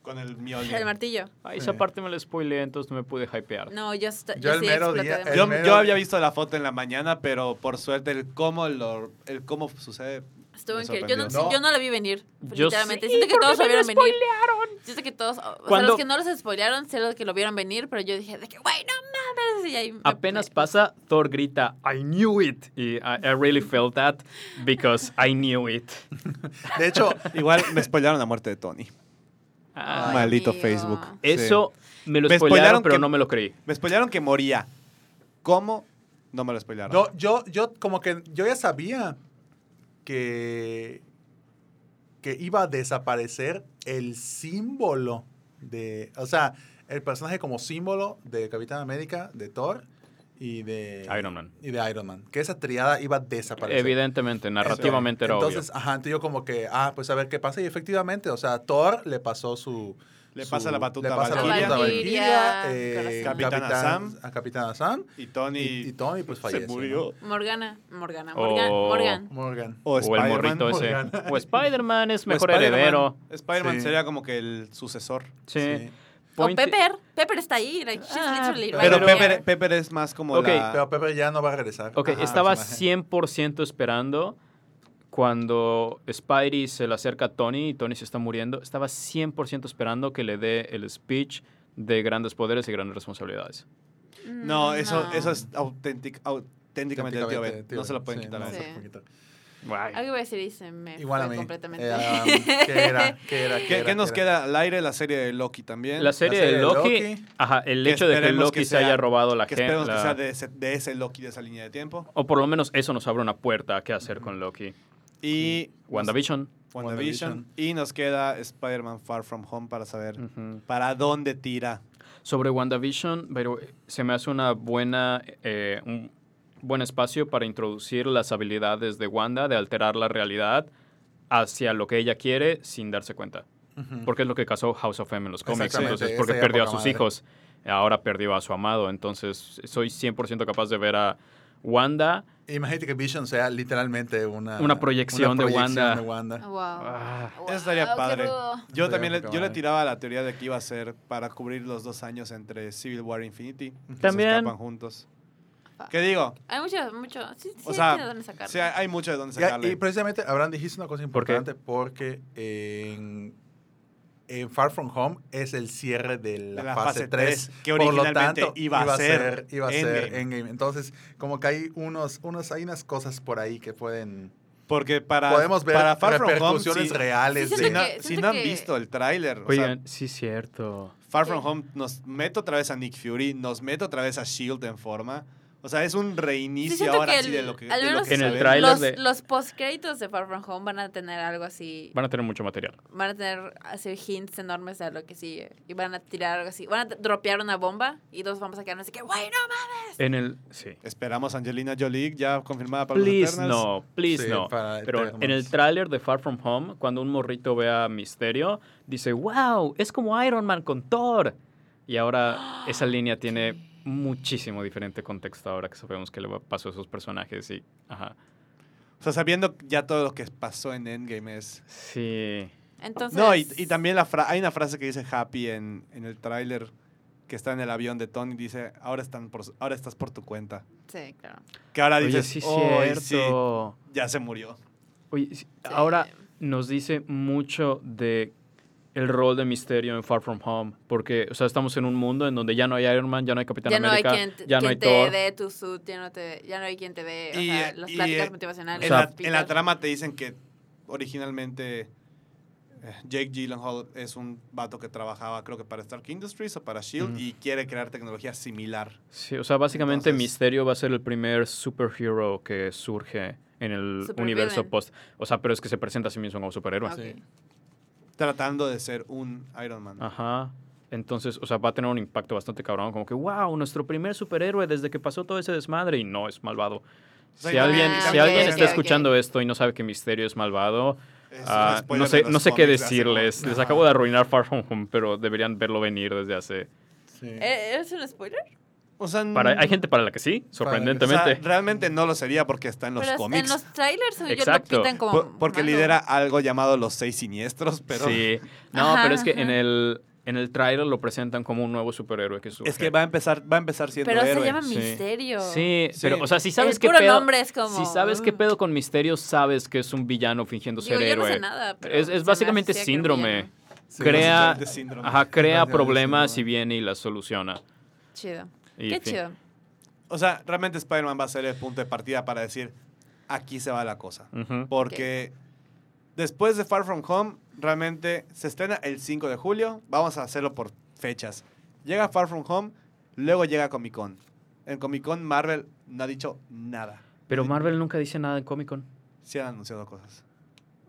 Con el el Mjolnir. martillo. Ay, Sí. Ah, esa parte me la spoileé, entonces no me pude hypear. No, yo, est- Yo el sí mero exploté día- demasiado. Yo, mero- yo había visto la foto en la mañana, pero por suerte el cómo, lo, el cómo sucede. Estuvo me increíble. Yo no, sorprendió. yo no la vi venir. Yo literalmente. sí, Siento que ¿por qué todos me lo la vieron venir. Siento que todos. O sea, Cuando- los que no los spoilearon, sé los que lo vieron venir, pero yo dije, de que, güey, no mames. Y ahí me- Apenas me- pasa, Thor grita, I knew it. Y I, I really felt that because I knew it. De hecho, Igual me spoilaron la muerte de Tony. Ah, Ay, Maldito amigo. Facebook. eso me lo Me spoilearon spoilearon, pero que- no me lo creí. Sí. Me spoilaron que moría. ¿Cómo? No me lo spoilaron. no, yo, yo como que yo ya sabía que, que iba a desaparecer el símbolo de... O sea, el personaje como símbolo de Capitán América, de Thor y de... Iron Man. Y de Iron Man. Que esa triada iba a desaparecer. Evidentemente, narrativamente era Entonces, obvio. ajá, entonces yo como que, ah, pues a ver qué pasa. Y efectivamente, o sea, Thor le pasó su... Le su- pasa la batuta le pasa a la Valkyria. batuta a Valkyria, Valkyria, eh, Capitana Sam. A Capitana Sam. Y Tony, Y, y Tony, pues falleció. se murió. Oh, Morgana. Morgana. Oh. Morgan. Morgan. ¿no? Morgan. O, O el Spider-Man. morrito ese. Morgan. O Spider-Man pues, es O mejor Spider-Man. heredero. Spider-Man Sí. sería como que el sucesor. Sí. Sí. Point- O Pepper. Pepper está ahí. Like, she's Ah, literally right Pero Pero- there. Pepper, Pepper es más como Ok, la... Pero Pepper ya no va a regresar. Ok, Ajá, estaba personaje. 100% esperando cuando Spidey se le acerca a Tony y Tony se está muriendo. Estaba 100% esperando que le dé el speech de grandes poderes y grandes responsabilidades. Mm, No, eso, eso es auténtic- auténticamente el tío Técnicamente, Ben. tío No Ben. se lo Sí, pueden quitar no a sí. eso. se lo pueden quitar. Algo iba a decir y se me Igual a fue mí. completamente. Eh, um, ¿Qué era? ¿Qué era? ¿Qué, era, qué nos era? queda al aire? La serie de Loki también. La serie, de Loki, ajá, el Que hecho de que esperemos Loki que se sea- haya robado la que gente. esperemos que sea de ese, de ese Loki, de esa línea de tiempo. O por lo menos eso nos abre una puerta a qué hacer con Loki. Y WandaVision. WandaVision. WandaVision. Y nos queda Spider-Man Far From Home para saber Ujú. para dónde tira. Sobre WandaVision, pero eh, se me hace una buena, eh, un buen espacio para introducir las habilidades de Wanda de alterar la realidad hacia lo que ella quiere sin darse cuenta. Ujú. Porque es lo que casó House of M en los cómics. Exactamente, Entonces, esa porque ya perdió a poca sus madre. hijos, ahora perdió a su amado. Entonces, soy 100% capaz de ver a Wanda. Imagínate que Vision sea literalmente una, Una proyección de Wanda. Wanda. Wow. Ah, Eso estaría Wow, qué padre. rudo. Yo Estaría también le, poca yo le madre. tiraba la teoría de que iba a ser para cubrir los dos años entre Civil War e Infinity. que se También. escapan juntos. ¿Qué digo? Hay mucho, mucho. Sí, sí, O sea, tiene dónde sacar. Sí, hay hay mucho de dónde Ya, sacarle. y precisamente, Abraham, dijiste una cosa ¿Por qué? importante porque en, en Far From Home es el cierre de la, De la fase fase 3, tres, que originalmente iba a ser iba a ser Endgame. Endgame. Entonces, como que hay, unos, unos, hay unas cosas por ahí que pueden... Porque para, podemos ver para Far From Home, repercusiones si- reales Sí, si, de... no, que- si Eh, siento no han que- visto el tráiler, o sea, Oigan, sí, cierto. Far From Home nos mete otra vez a Nick Fury, nos mete otra vez a S.H.I.E.L.D. E en forma. O sea, es un reinicio siento ahora que sí el- de lo que, al de lo menos que En el sabemos. tráiler los, de- los postcréditos de Far From Home van a tener algo así. Van a tener mucho material. Van a tener así hints enormes de lo que sigue. Y van a tirar algo así. Van a t- dropear una bomba y dos vamos a quedarnos así que, güey, no mames. En el. Sí. Esperamos a Angelina Jolie ya confirmada para los Please Eternals. no, please Sí, no. para Pero Eternals. en el tráiler de Far From Home, cuando un morrito ve a Misterio, dice, wow, es como Iron Man con Thor. Y ahora esa línea tiene muchísimo diferente contexto ahora que sabemos que le va- pasó a esos personajes y... Ajá. O sea, sabiendo ya todo lo que pasó en Endgame es... Sí. Entonces. No, y, y también la fra- hay una frase que dice Happy en, en el tráiler que está en el avión de Tony. Dice, ahora, están por, ahora estás por tu cuenta. Sí, claro. Que ahora Oye, Ah, dices, sí, "Ay, sí, cierto. ya se murió. Oye, sí, Sí. ahora nos dice mucho de el rol de Misterio en Far From Home, porque, o sea, estamos en un mundo en donde ya no hay Iron Man, ya no hay Capitán Ya no hay América, quien, ya no quien hay te Thor. dé tu suit, ya no, te, ya no hay quien te dé o Y, sea, eh, las y, pláticas eh, motivacionales. En sea, la, las en la picas. trama te dicen que originalmente eh, Jake Gyllenhaal es un vato que trabajaba, creo que para Stark Industries o para S.H.I.E.L.D. Ujú. E y quiere crear tecnología similar. Sí, o sea, básicamente Entonces- Misterio va a ser el primer superhero que surge en el Supervillain. universo post. O sea, pero es que se presenta a sí mismo como superhéroe. Ok. Sí. Tratando de ser un Iron Man. Ajá. Entonces, o sea, va a tener un impacto bastante cabrón. Como que, wow, nuestro primer superhéroe desde que pasó todo ese desmadre y no es malvado. sea, Si y alguien, también- si Ah, alguien ok, está ok, ok. escuchando esto y no sabe que Misterio es malvado, Es un ah, no spoiler sé, de los no sé qué cómics de hace como- decirles. Les Ajá. acabo de arruinar Far From Home, pero deberían verlo venir desde hace... Sí. ¿E- ¿Eres un spoiler? O sea, n- Para, hay gente para la que sí, o sea, sorprendentemente. realmente no lo sería porque está en los Pero cómics. en los trailers según yo, Exacto. lo pintan como. Por- porque malo. lidera algo llamado los seis siniestros, pero Sí. No, Ajá, pero es que en ajá. el, en el trailer lo presentan como un nuevo superhéroe que surge. es que va a empezar, va a empezar siendo Pero héroe. se llama Sí. Misterio. Sí, Sí. pero, o sea, si sabes El qué puro pedo... nombre es como, Si sabes qué mm. pedo con Misterio, sabes que es un villano fingiendo Digo, ser yo no héroe. sé nada. pero es se me es básicamente asocia que era un síndrome. villano. Sí, este crea, básicamente síndrome. ajá, crea Básicamente problemas y síndrome. viene y las soluciona. Chido. Y Qué fin. chido. O sea, realmente Spider-Man va a ser el punto de partida para decir, aquí se va la cosa. Ujú. Porque después de Far From Home, realmente se estrena el 5 de julio. Vamos a hacerlo por fechas. Llega Far From Home, luego llega Comic Con. En Comic Con Marvel no ha dicho nada. Pero Marvel nunca dice nada en Comic Con. Sí han anunciado cosas.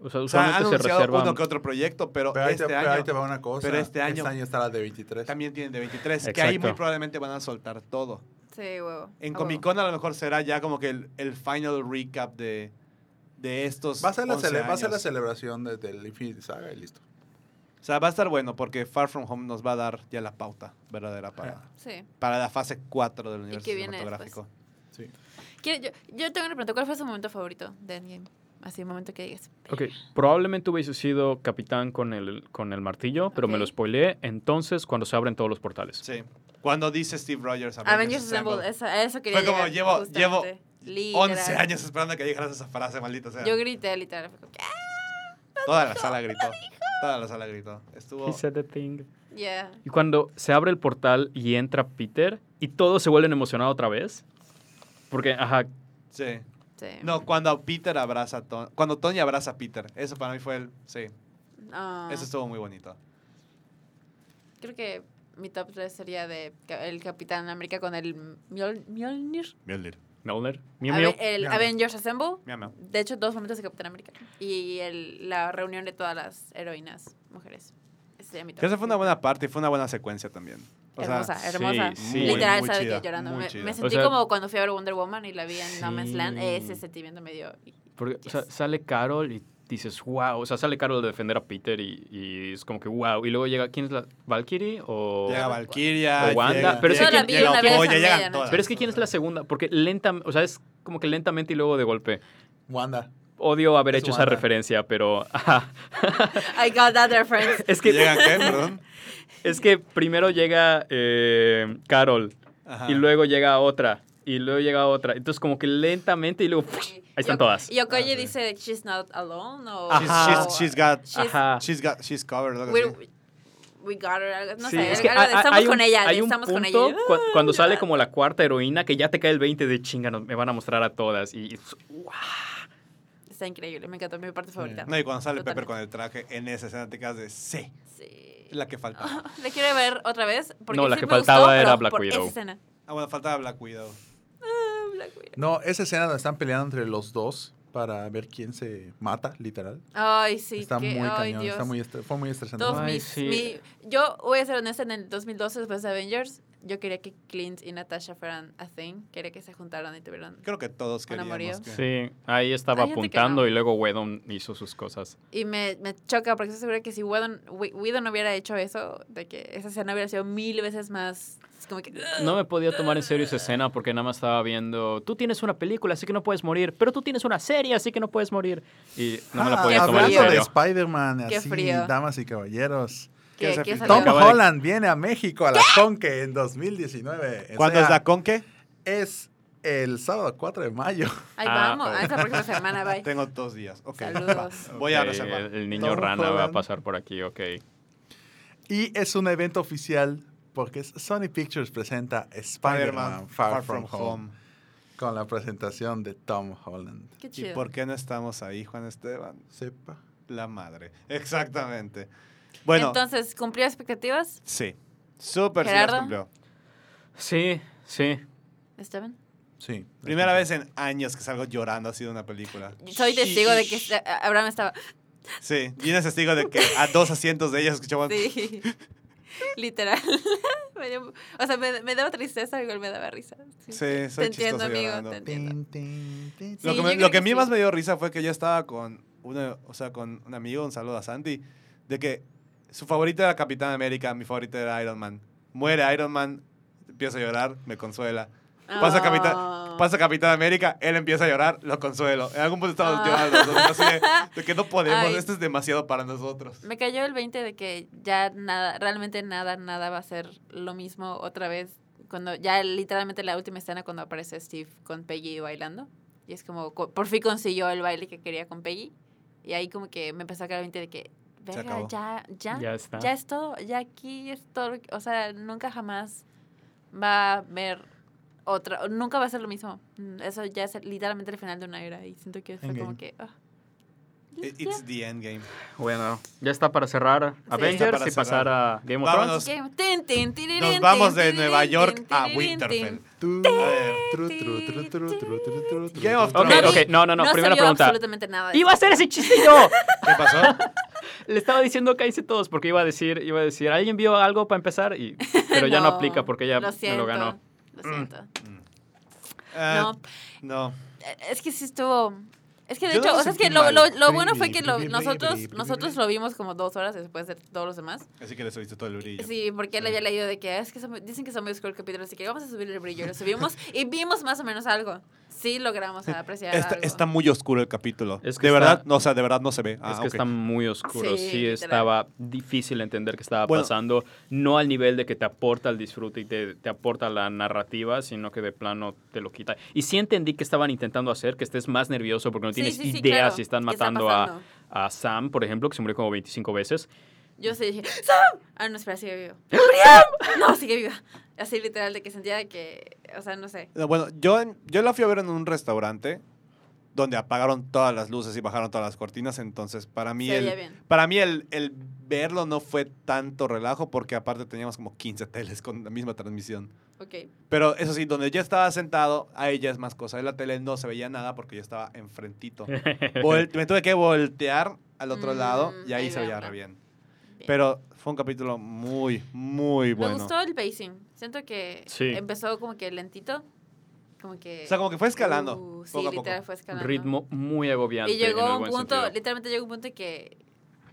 O sea, O sea, han usualmente se anunciado reservan. uno que otro proyecto, pero, Pero ahí, este te, pero año ahí te va una cosa. pero este año- Este año está la de 23. también tienen de 23, que ahí Exacto. muy probablemente van a soltar todo. Sí, huevo. En a Comic huevo. Con a lo mejor será ya como que el, el final recap de, de estos. Va a ser la, 11 cele- va a ser la años. celebración de- del Infinity Saga y listo. O sea, va a estar bueno porque Far From Home nos va a dar ya la pauta verdadera para, Sí. para la fase 4 del universo qué viene cinematográfico. Sí. Quiero- yo, yo tengo una pregunta. ¿Cuál fue su momento favorito de Endgame? Así, un momento que digas. Ok, probablemente hubiese sido capitán con el, con el martillo, pero me lo Ok. spoileé. Entonces, cuando se abren todos los portales. Sí. Cuando dice Steve Rogers Avengers Assemble. Eso, a eso quería Fue como, llegar, llevo- llevo justamente. Literal. 11 años esperando que dijeras esa frase, maldita sea. Yo grité, literal. fue como, "Ah". Toda la sala gritó. Toda la sala gritó. Estuvo Yeah. Y cuando se abre el portal y entra Peter y todos se vuelven emocionados otra vez. Porque, ajá, Sí. Sí. No, cuando Peter abraza a Tony. Cuando Tony abraza a Peter. Eso para mí fue el. Sí. Ah, Eso estuvo muy bonito. Creo que mi top 3 sería de ca- el Capitán América con el Mjol- Mjolnir. Mjolnir. Melner, Miu Ave- Miu. el Miau. Avengers Assemble. Mi amor. De hecho, dos momentos de Capitán América. Y el- la reunión de todas las heroínas mujeres. Ese sería mi top. Que esa fue una buena parte y fue una buena secuencia también. O sea, hermosa, sí, eh, hermosa. sí. Literal, Muy ¿sabes chida, que llorando. muy Me, chida. me O sentí sea- como cuando fui a ver Wonder Woman y la vi en No Man's Land. Sí. Ese sentimiento me dio. Porque, o sea, Yes. sale Carol y dices, wow. O sea, sale Carol de defender a Peter y, y es como que wow. Y luego llega, ¿quién es la? ¿Valkyrie? O... Llega Valkyria. O Wanda, llega- pero es que llega- Yo la vi llega una vez a Okoye, llegan medianoche. todas. Pero es que ¿quién es la segunda? Porque lenta, o sea, es como que lentamente y luego de golpe. Wanda. Odio haber Es hecho esa Wanda. referencia, pero ajá. I got that reference. es ¿Que que llegan qué? Perdón. es que primero llega eh, Carol Ajá. y luego llega otra y luego llega otra. Entonces como que lentamente y luego ¡fush! Y- ahí están Yo- todas. Y Okoye Ah, sí. dice, she's not alone. O, She's- She's, Ajá. she's, she's got. she's- Ajá. She's got. She's covered. algo we're- así. we got her. algo- No Sí, sé, es que algo de, hay- hay- estamos hay un- con ella. hay un estamos con punto ella. "Ah, cua- cuando sale como la cuarta heroína que ya te cae el 20 de chinga, no- me van a mostrar a todas. Y, y- Está increíble, me encantó, mi parte favorita. No, y cuando sale Pepper Totalmente. con el traje en esa escena te quedas de sí, Sí. la que faltaba. La quiero ver otra vez. Porque No, la sí que me gustó, faltaba era pero Black por Widow. esa escena. Ah, bueno, faltaba Black Widow. Ah, Black Widow. No, esa escena donde están peleando entre los dos para ver quién se mata, literal. Ay, sí. está que- muy ay, cañón, Dios. está muy estre- fue muy estresante. Todos Ay, mis, sí. mi- yo voy a ser honesta, en el 2012, después de Avengers, yo quería que Clint y Natasha fueran a thing. Quería que se juntaran y tuvieran. Creo que todos Ana queríamos. Morío. que- sí, ahí estaba Hay gente que apuntando no. y luego Wedon hizo sus cosas. Y me, me choca porque estoy segura que si Whedon, Whe- Whedon hubiera hecho eso, de que esa escena hubiera sido mil veces más. es como que. No me podía tomar en serio esa escena porque nada más estaba viendo, tú tienes una película, así que no puedes morir, pero tú tienes una serie, así que no puedes morir. Y no me la Ah, podía tomar en hablando de serio. Spider-Man, Qué así, frío. damas y caballeros. ¿Qué que, se que filtró? salió- Tom Acaba de- Holland viene a México a la Conque en 2019. O ¿Cuándo sea, es la conque? Es el sábado 4 de mayo. Ahí Ah, vamos, ok. ah, esta próxima semana, bye. Tengo dos días. Ok. Saludos. va. Voy a Ok, reservar. Eh, El, el niño Tom rana va a Holland. pasar por aquí, ok. Y es un evento oficial porque es- Sony Pictures presenta Spider-Man Far, From, Home con la presentación de Tom Holland. Qué ¿Y chido. por qué no estamos ahí, Juan Esteban? Sepa. La madre. Exactamente. Bueno, Entonces, ¿cumplió expectativas, sí. Súper sí las ¿Gerardo? cumplió. Sí, sí. Esteban? Sí. Primera vez en años que salgo llorando así de una película. Soy testigo de que eh, Abraham estaba. Sí, Gina es testigo de que a dos asientos de ellas escuchaban. Sí. Literal. Me dio- o sea, me, me daba tristeza, igual me daba risa. Sí. Sí, Te soy entiendo, chistoso amigo, llorando. te entiendo. Tin, tin, tin. Sí, Lo que, yo me- creo lo que que a mí sí. más me dio risa fue que yo estaba con, una, o sea, con un amigo, un saludo a Sandy, de que su favorito era Capitán América, mi favorito era Iron Man. Muere Iron Man, empiezo a llorar, me consuela. Pasa Ah. Capitán, pasa Capitán América, él empieza a llorar, lo consuelo. En algún punto estamos Ah. llorando, los dos, así de, de que no podemos, Ay. esto es demasiado para nosotros. Me cayó el 20 de que ya nada, realmente nada, nada va a ser lo mismo otra vez. Cuando ya literalmente la última escena cuando aparece Steve con Peggy bailando. Y es como, co- por fin consiguió el baile que quería con Peggy. Y ahí como que me empezó a caer el 20 de que, verga, acabó. ya, ya, Ya está. ya es todo, ya aquí es todo. lo que- O sea, nunca jamás va a haber otra, nunca va a ser lo mismo. Mm, Eso ya es literalmente el final de una era. Y siento que fue como Endgame. que, ah, ya, I- It's the endgame. Bueno, ya está para cerrar Ya Avengers está para y pasar a Game of Vámonos. Thrones. Game- tin, tin, tirirín, Nos vamos tin, de tirirín, Nueva tin, York a tirirín, Winterfell. tin. Tú- A ver, tru, tru, tru, tru, tru, tru, tru, tru. Game of Ok, Thrones. ok, no, no, no, No primera se vio pregunta. absolutamente nada. de ¡Iba a eso. ser ese chistillo! ¿Qué pasó? Le estaba diciendo que hice todos porque iba a decir, iba a decir, ¿alguien vio algo para empezar? Y, pero ya no, aplica porque ya lo me siento, lo ganó. Lo siento. Mm. Ah, No, no. eh, es que sí estuvo. Es que de Yo no hecho, lo o sea, es sentí que lo, mal. lo- lo Bri, bueno fue bri, que lo- bri, bri, nosotros, bri, bri, nosotros bri. lo vimos como dos horas después de todos los demás. Así que le subiste todo el brillo. Sí, porque él había leído de que es que son muy- dicen que son muy oscuros el capítulo, así que vamos a subir el brillo. Lo subimos y vimos más o menos algo. Sí, logramos apreciar. Está, algo. está muy oscuro el capítulo. Es que de está- verdad, no, o sea, de verdad no se ve. Ah, es que ok. está muy oscuro. Sí, Sí, literal. estaba difícil entender qué estaba Bueno. pasando. No al nivel de que te aporta el disfrute y te, te aporta la narrativa, sino que de plano te lo quita. Y sí entendí que estaban intentando hacer que estés más nervioso porque no Sí, tienes sí, sí, idea claro, si están qué está matando a, pasando. a Sam, por ejemplo, que se murió como 25 veces. Yo sí dije, ¡Sam! Ah, no, espera, sigue vivo. ¡Briam! No, sigue viva. Así literal, de que sentía que, o sea, no sé. No, Eh, Bueno, yo, en- yo la fui a ver en un restaurante donde apagaron todas las luces y bajaron todas las cortinas, entonces para mí, Se veía el, bien. para mí el, el verlo no fue tanto relajo porque aparte teníamos como 15 teles con la misma transmisión. Ok. Pero eso sí, donde yo estaba sentado, ahí ya es más cosa. En la tele no se veía nada porque yo estaba enfrentito. Vol- me tuve que voltear al otro Mm, lado y ahí, ahí se veo veía una. re bien. Bien. Pero fue un capítulo muy, muy bueno. Me gustó el pacing. Siento que Sí. empezó como que lentito. Como que. O sea, como que fue escalando. Uh, sí, poco a poco. literal fue escalando. Ritmo muy agobiante. Y llegó en el a un buen punto, sentido. literalmente llegó un punto en que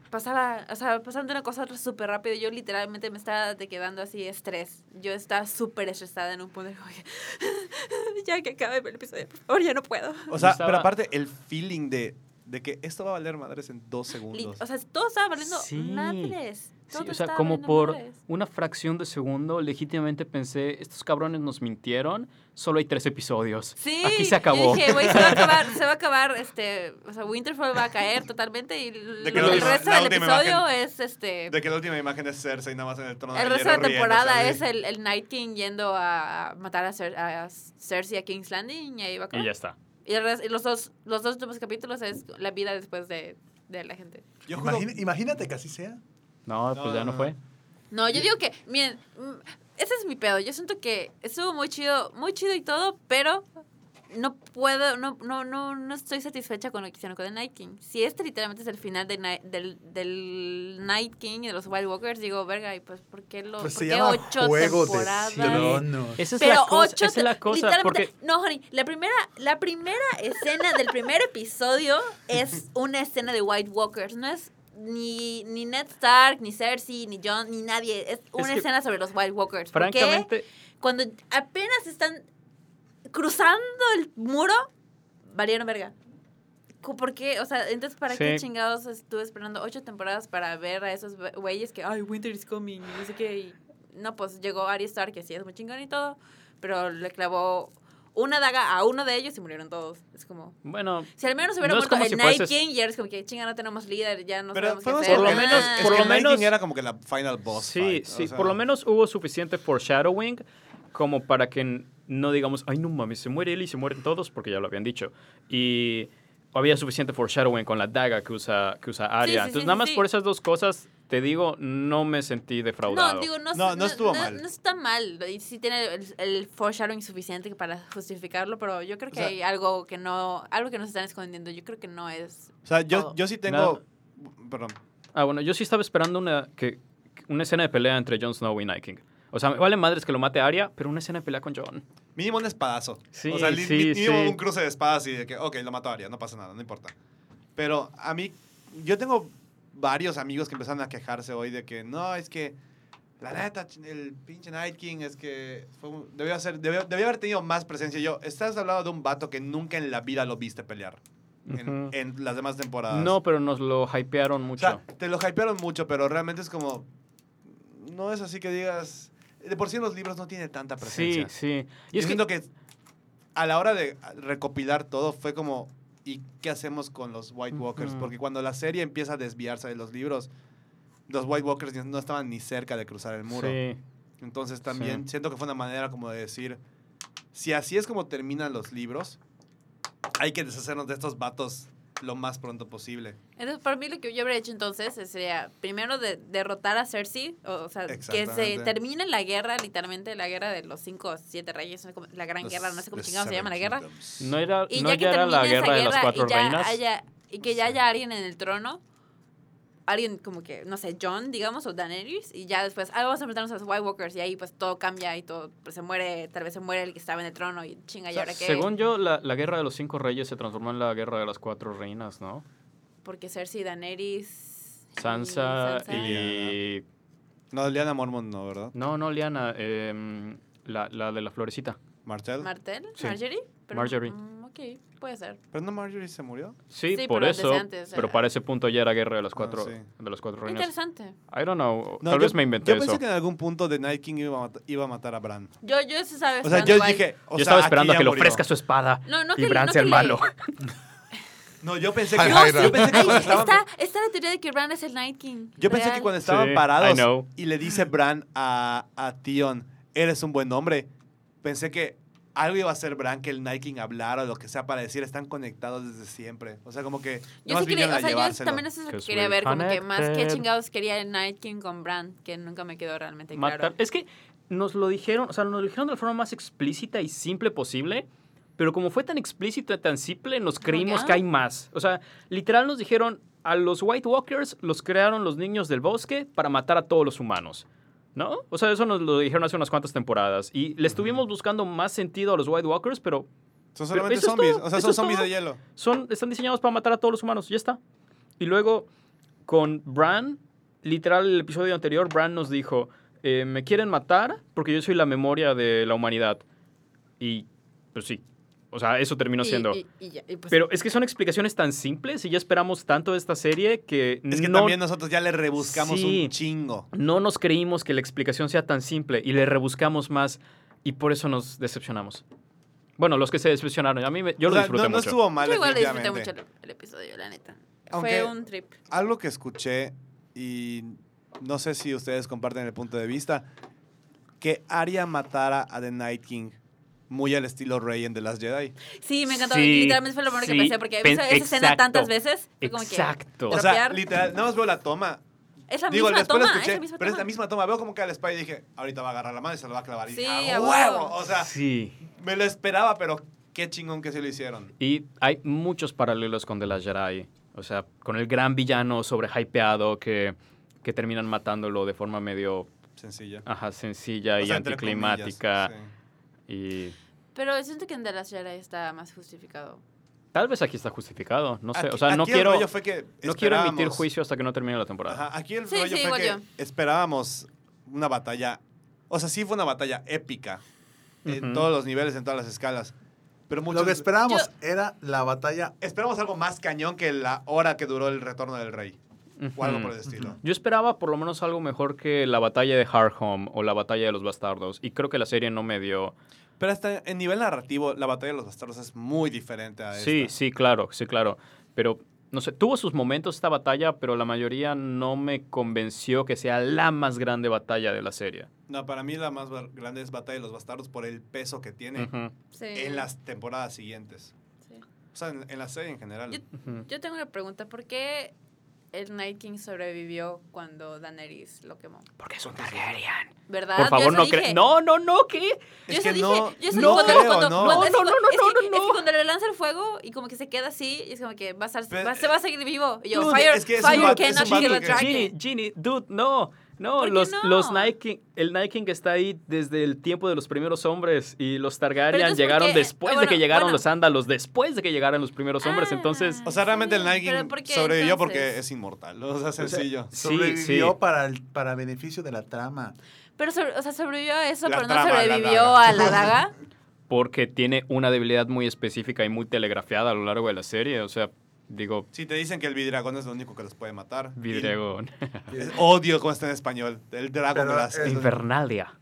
pasaba, o sea, pasaban de una cosa a otra súper rápido. Yo literalmente me estaba de quedando así estrés. Yo estaba súper estresada en un punto. como que, ya que acabe el episodio, por favor, ya no puedo. O sea, Estaba- pero aparte el feeling de, de que esto va a valer madres en dos Li- segundos. O sea, todo estaba valiendo Sí. madres. Sí, Todo o sea, estaba como valiendo por madres. una fracción de segundo, legítimamente pensé, estos cabrones nos mintieron, solo hay tres episodios. Sí, Aquí se acabó. Yo dije, güey, se va a acabar, se va a acabar, este, o sea, Winterfell va a caer totalmente y que lo- la el última- resto la del última imagen- episodio es este. de que la última imagen es Cersei nada más en el trono El de resto de hierro la temporada es riéndose, así. el, el Night King yendo a matar a, Cer- a Cersei a King's Landing y ahí va a Y acabar. ya está. Y el res- y los dos los dos últimos capítulos es la vida después de, de la gente. Yo juro- Imagina- imagínate que así sea. No, No, pues ya no, no no. fue. No, yo digo que, miren, mm, ese es mi pedo. Yo siento que estuvo muy chido, muy chido y todo, pero no puedo, no, no, no, no estoy satisfecha con lo que hicieron con el Night King. Si este literalmente es el final de Ni- del, del Night King y de los White Walkers, digo, verga, y pues, ¿por qué lo, Pues por se qué llama ocho Juego de temporadas? Tronos. Esa es Pero la cosa, ocho, esa es la cosa, literalmente, porque no, honey, la primera, la primera escena del primer episodio es una escena de White Walkers, no es ni, ni Ned Stark, ni Cersei, ni John, ni nadie, es una que, escena sobre los White Walkers. ¿Por qué? francamente, cuando apenas están cruzando el muro, valieron verga. Co- ¿Por qué? O sea, entonces, ¿para qué Sí. chingados estuve esperando ocho temporadas para ver a esos güe- güeyes que, ay, Winter is coming, y no sé qué? y- no, pues llegó Arya Stark, que sí es muy chingón y todo, pero le clavó una daga a uno de ellos y murieron todos. Es como... bueno, Si al menos hubiera No muerto es como el si Night fueses- King, y eres como que, chinga, no tenemos líder, ya no Pero sabemos qué fuimos hacer. por lo Ah. menos, Es es por que lo el Night King menos- era como que la final boss. sí, fight, o sí, sea. por lo menos hubo suficiente foreshadowing como para que n- no digamos, ay, no mames, se muere él y se mueren todos, porque ya lo habían dicho. Y había suficiente foreshadowing con la daga que usa, que usa Arya. sí, Entonces, sí, nada sí, más sí. por esas dos cosas, te digo, no me sentí defraudado. No, digo, no, No, no, no estuvo mal. No, está mal. Y sí tiene el, el foreshadowing suficiente para justificarlo, pero yo creo que sea- hay algo que no, algo que nos están escondiendo. Yo creo que no es. O sea, yo, todo. yo sí tengo... Nada. Perdón. Ah, bueno, yo sí estaba esperando una, que, que una escena de pelea entre Jon Snow y Night King. O sea, me vale madres que lo mate Arya, pero una escena de pelea con Jon. Mínimo un espadazo. Sí, o sea, li- sí, mi- mínimo sí. un cruce de espadas y de que, ok, lo mató a Arya, no pasa nada, no importa. Pero a mí, yo tengo varios amigos que empezaron a quejarse hoy de que, no, es que la neta, ch- el pinche Night King es que fue un- debió, hacer, debió, debió haber tenido más presencia. Yo, estás hablando de un vato que nunca en la vida lo viste pelear en, Ujú. en las demás temporadas. No, pero nos lo hypearon O mucho. sea, te lo hypearon mucho, pero realmente es como, no es así que digas, de por sí en los libros no tiene tanta sí, presencia. sí. Y Y es que, siento que... a la hora de recopilar todo fue como, ¿y qué hacemos con los White Walkers? Ujú. Porque cuando la serie empieza a desviarse de los libros, los White Walkers ni- no estaban ni cerca de cruzar el muro. sí. Entonces también siento que fue una manera como de decir, si así es como terminan los libros, hay que deshacernos de estos vatos lo más pronto posible. Entonces, para mí lo que yo habría hecho entonces sería primero de, derrotar a Cersei, o, o sea, que se Exactamente. termine la guerra, literalmente la guerra de los cinco o siete reyes, no sé cómo- la gran Los- guerra, no sé cómo los chingados se Seven llama la guerra. Kingdoms. No era, Y no ya que ya era la termine esa guerra de las cuatro y, ya reinas. haya- y que No ya sé. haya alguien en el trono. Alguien como que, no sé, John, digamos, o Daenerys. Y ya después, ah, vamos a enfrentarnos a los White Walkers. Y ahí pues todo cambia y todo pues, se muere. Tal vez se muere el que estaba en el trono y chinga, O ¿y sea, ahora qué? Según yo, la, la guerra de los cinco reyes se transformó en la guerra de las cuatro reinas, ¿no? Porque Cersei, Daenerys... y Sansa y... No, Liana Mormont no, ¿verdad? No, no, Liana, em, la, la de la florecita. Martel. Martel, Sí. Marjorie. pero- Marjorie. mm, ok, puede ser. ¿Pero no Marjorie se murió? Sí, Sí, por pero desde eso. antes, o sea- pero para ese punto ya era guerra de las cuatro, Ah, sí. de las cuatro reinas. Interesante. I don't know. No, Tal yo- vez me inventé Yo pensé eso. que en algún punto de Night King iba a, mat- iba a matar a Bran. Yo, yo eso estaba O sea, esperando yo ahí. dije. o Yo sea, estaba aquí esperando a ya que le murió. ofrezca su espada No, no que y le- Bran no sea que el le- malo. No, yo pensé que, Ay, yo ay, pensé que Ay, cuando estaban, está, está la teoría de que Bran es el Night King. yo pensé que Real. cuando estaban Sí, I parados know. y le dice Bran a, a Tion, eres un buen hombre, pensé que algo iba a hacer Bran que el Night King hablara o lo que sea para decir, están conectados desde siempre. O sea, como Yo que sí nomás quería, vinieron o a sea, yo llevárselo. también eso es lo que Because quería we're ver, como que más qué connected. chingados quería el Night King con Bran, que nunca me quedó realmente matar. claro. Es que nos lo dijeron, o sea, nos lo dijeron de la forma más explícita y simple posible, pero como fue tan explícito y tan simple, nos creímos ya. que hay más. O sea, literal nos dijeron, a los White Walkers los crearon los niños del bosque para matar a todos los humanos. ¿No? O sea, eso nos lo dijeron hace unas cuantas temporadas. Y le estuvimos buscando más sentido a los White Walkers, pero Son Pero solamente eso es zombies, todo, o sea, eso son es zombies todo. de hielo. son, están diseñados para matar a todos los humanos, ya está. Y luego, con Bran, literal, el episodio anterior, Bran nos dijo, eh, me quieren matar porque yo soy la memoria de la humanidad. Y, pues sí, o sea, eso terminó Y- siendo... y- y ya, y pues- Pero es que son explicaciones tan simples y ya esperamos tanto de esta serie que, Es que no, también nosotros ya le rebuscamos Sí. un chingo. no nos creímos que la explicación sea tan simple y le rebuscamos más y por eso nos decepcionamos. Bueno, los que se decepcionaron, a mí me- yo O lo sea, disfruté no, no mucho. estuvo mal, yo igual disfruté definitivamente. mucho el, el episodio, la neta. Aunque- Fue un trip. Algo que escuché y no sé si ustedes comparten el punto de vista, que Arya matara a The Night King muy al estilo Rey en The Last Jedi. Sí, me encantó. Sí, literalmente fue lo primero sí, que pensé, porque he pen- visto esa escena exacto, tantas veces. fue como que- Exacto. O sea, Tropear. literal, nada más veo la toma. es la Digo, misma después la toma, escuché, es la misma pero es la toma. misma toma. Veo como cae el spy y dije, ahorita va a agarrar la mano y se lo va a clavar. Y Sí, dije, ¡a a huevo! huevo. O sea, sí. me lo esperaba, pero qué chingón que se lo hicieron. Y hay muchos paralelos con The Last Jedi. O sea, con el gran villano sobrehypeado que, que terminan matándolo de forma medio Sencilla. ajá, sencilla O y sea, entre anticlimática. comillas, sí. Y Pero siento que en The Last Jedi está más justificado. tal vez aquí está justificado. No sé. Aquí- o sea, no aquí el quiero, rollo fue que no quiero emitir esperábamos- juicio hasta que no termine la temporada. Ajá, aquí el Sí, rollo sí, fue igual que yo. esperábamos una batalla. O sea, sí fue una batalla épica. En Ujú. todos los niveles, en todas las escalas. Pero muchos. Lo que esperábamos era la batalla. esperamos algo más cañón que la hora que duró el retorno del rey. O algo Ujú. por el estilo. Yo esperaba por lo menos algo mejor que la batalla de Harhome o la batalla de los bastardos. Y creo que la serie no me dio. Pero hasta en nivel narrativo, la batalla de los bastardos es muy diferente a esta. Sí, sí, claro, sí, claro. Pero, no sé, tuvo sus momentos esta batalla, pero la mayoría no me convenció que sea la más grande batalla de la serie. No, para mí la más bar- grande es Batalla de los Bastardos por el peso que tiene Ujú, Sí. en las temporadas siguientes. Sí. O sea, en, en la serie en general. Yo- ujú. Yo tengo una pregunta. ¿Por qué el Night King sobrevivió cuando Daenerys lo quemó? Porque es un Targaryen. ¿Verdad? Por favor, yo eso no dije. cre- No, no, no, ¿qué? Yo Es eso que dije. no- yo eso dije no cuando, creo, cuando- no. cuando- No, es no, que- no, no, es que- no, Es que no. cuando le lanza el fuego y como que se queda así, y es como que va a, estar- Pero, va- se va a seguir vivo. Y yo, dude, fire, es que es un fire bat- es cannot un kill a bat- Ginny, dragon. Ginny, dude, no. No, ¿Por qué los, no? los Night King, el Night King está ahí desde el tiempo de los primeros hombres y los Pero Targaryen entonces, ¿por llegaron qué? después Ah, de que bueno, llegaron bueno. los Ándalos, después de que llegaron los primeros hombres, Ah. entonces... O sea, realmente el Sí, Night pero King ¿por qué sobrevivió entonces? porque es inmortal. O sea, sencillo. Sí, sí. Sobrevivió para, el, para beneficio de la trama. Pero sobre- o sea, sobrevivió a eso, La pero no trama, la sobrevivió daga. a la daga. Porque tiene una debilidad muy específica y muy telegrafiada a lo largo de la serie. O sea, digo, Si te dicen que el vidragón es lo único que los puede matar. Vidregón. Es- Odio cómo está en español. El dragón Pero de las. es- Invernalia.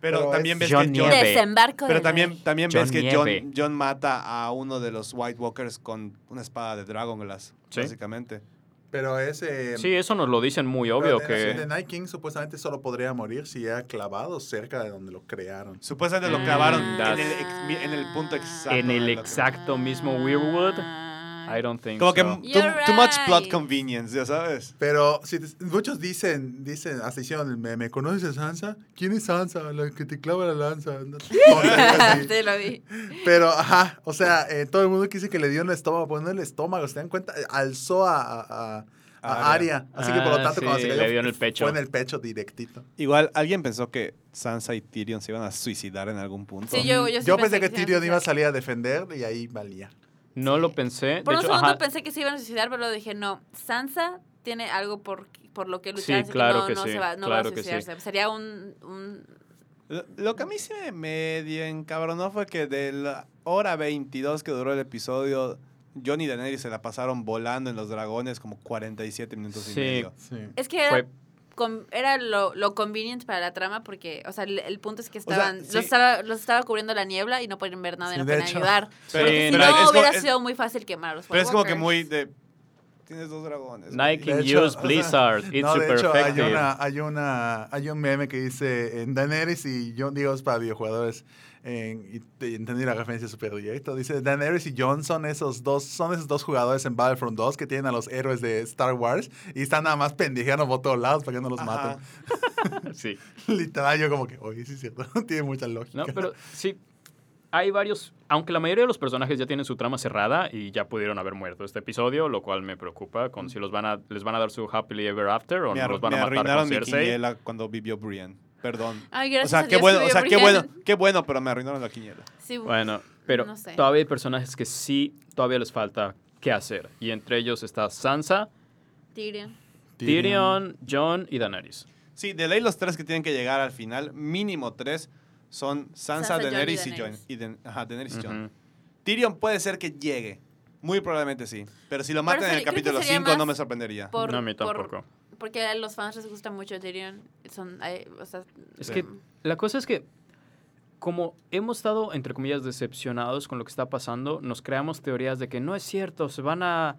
Pero pero también es- ves que John John. Nieve. Desembarco Pero de también, Ned. también John ves que Nieve. John, John mata a uno de los White Walkers con una espada de Dragon Glass, Sí. básicamente. Pero ese. Sí, eso nos lo dicen muy obvio The que... Night King supuestamente solo podría morir si era clavado cerca de donde lo crearon. Supuestamente Mm, lo Ah, clavaron en that's- el, ex- mi- en el punto exacto. En de el lo que- exacto mismo Weirwood. I don't think Como que so. too, You're too much plot right. convenience, ya sabes. Pero si te- muchos dicen, dicen, hasta hicieron el meme, ¿conoces a Sansa? ¿Quién es Sansa? La que te clava la lanza. No- Tonterías así. Sí, lo vi. Pero, ajá, o sea, eh, todo el mundo que dice que le dio en el estómago, poniendo el estómago, ¿se dan cuenta? Eh, Alzó a, a, a- a Ah, Aria. Así que por lo Ah, tanto, cuando sí, se cayó, le dio en el pecho. fue en el pecho directito. Igual, alguien pensó que Sansa y Tyrion se iban a suicidar en algún punto. Sí, yo, yo, sí Yo pensé que sí Tyrion se iba a salir a defender y ahí valía. No lo pensé. Por de un hecho, segundo ajá, pensé que se iban a suicidar, pero luego dije, no, Sansa tiene algo por, por lo que luchar, Sí, así claro no, que no sí, se va, no claro va a que sí. suicidarse. Sería un, un- Lo, lo que a mí sí me medio encabronó fue que de la hora 22 que duró el episodio, John y Daenerys se la pasaron volando en los dragones como 47 minutos y Sí. Pues, medio. Sí. Es que era fue com- era lo, lo convenient para la trama porque, o sea, el, el punto es que sea, estaban, sí. los, estaba, los estaba cubriendo la niebla y no podían ver nada y Sí, no de podían hecho. ayudar. Pero- Porque si pero es no, como- hubiera es- sido muy fácil quemar a los Pero es como que Skywalkers. muy de. Tienes dos dragones. güey". Nike De hecho, use Blizzard. It's no, de super hecho, hay, effective. una, hay, una, hay un meme que dice en Daenerys y John, digo, es para videojugadores, en, y te- entendí la referencia súper directa, dice Daenerys y John son esos dos, son esos dos jugadores en Battlefront 2 que tienen a los héroes de Star Wars y están nada más pendejeando por todos lados para que no los Ajá. maten. Sí. Literal, yo como que, oye, sí es cierto, tiene mucha lógica. No, pero sí. Hay varios. Aunque la mayoría de los personajes ya tienen su trama cerrada y ya pudieron haber muerto este episodio, lo cual me preocupa con si los van a, les van a dar su happily ever after o Me, no arru- los van me a matar arruinaron con mi Cersei. quiniela cuando vivió Brienne. Perdón. Ay, Ah, O gracias sea, a qué Dios bueno, o vivió sea, qué Brienne. bueno, qué bueno, pero me arruinaron la quiniela. Sí, Bueno, pero No sé. todavía hay personajes que sí todavía les falta qué hacer. Y entre ellos está Sansa, Tyrion. Tyrion, Jon y Daenerys. Sí, de ley los tres que tienen que llegar al final, mínimo tres, son Sansa, Sansa, Jon y Daenerys y Jon. Daenerys. Y Dan- ajá, Daenerys y Jon. Ujú. Tyrion puede ser que llegue. Muy probablemente sí. Pero si lo matan Pero en el sería- creo que capítulo sería 5 no más me sorprendería. Por, no, a mí por- tampoco. porque a los fans les gusta mucho Tyrion. Son, ay, o sea, Es Sí. que la cosa es que como hemos estado, entre comillas, decepcionados con lo que está pasando, nos creamos teorías de que no es cierto, se van a...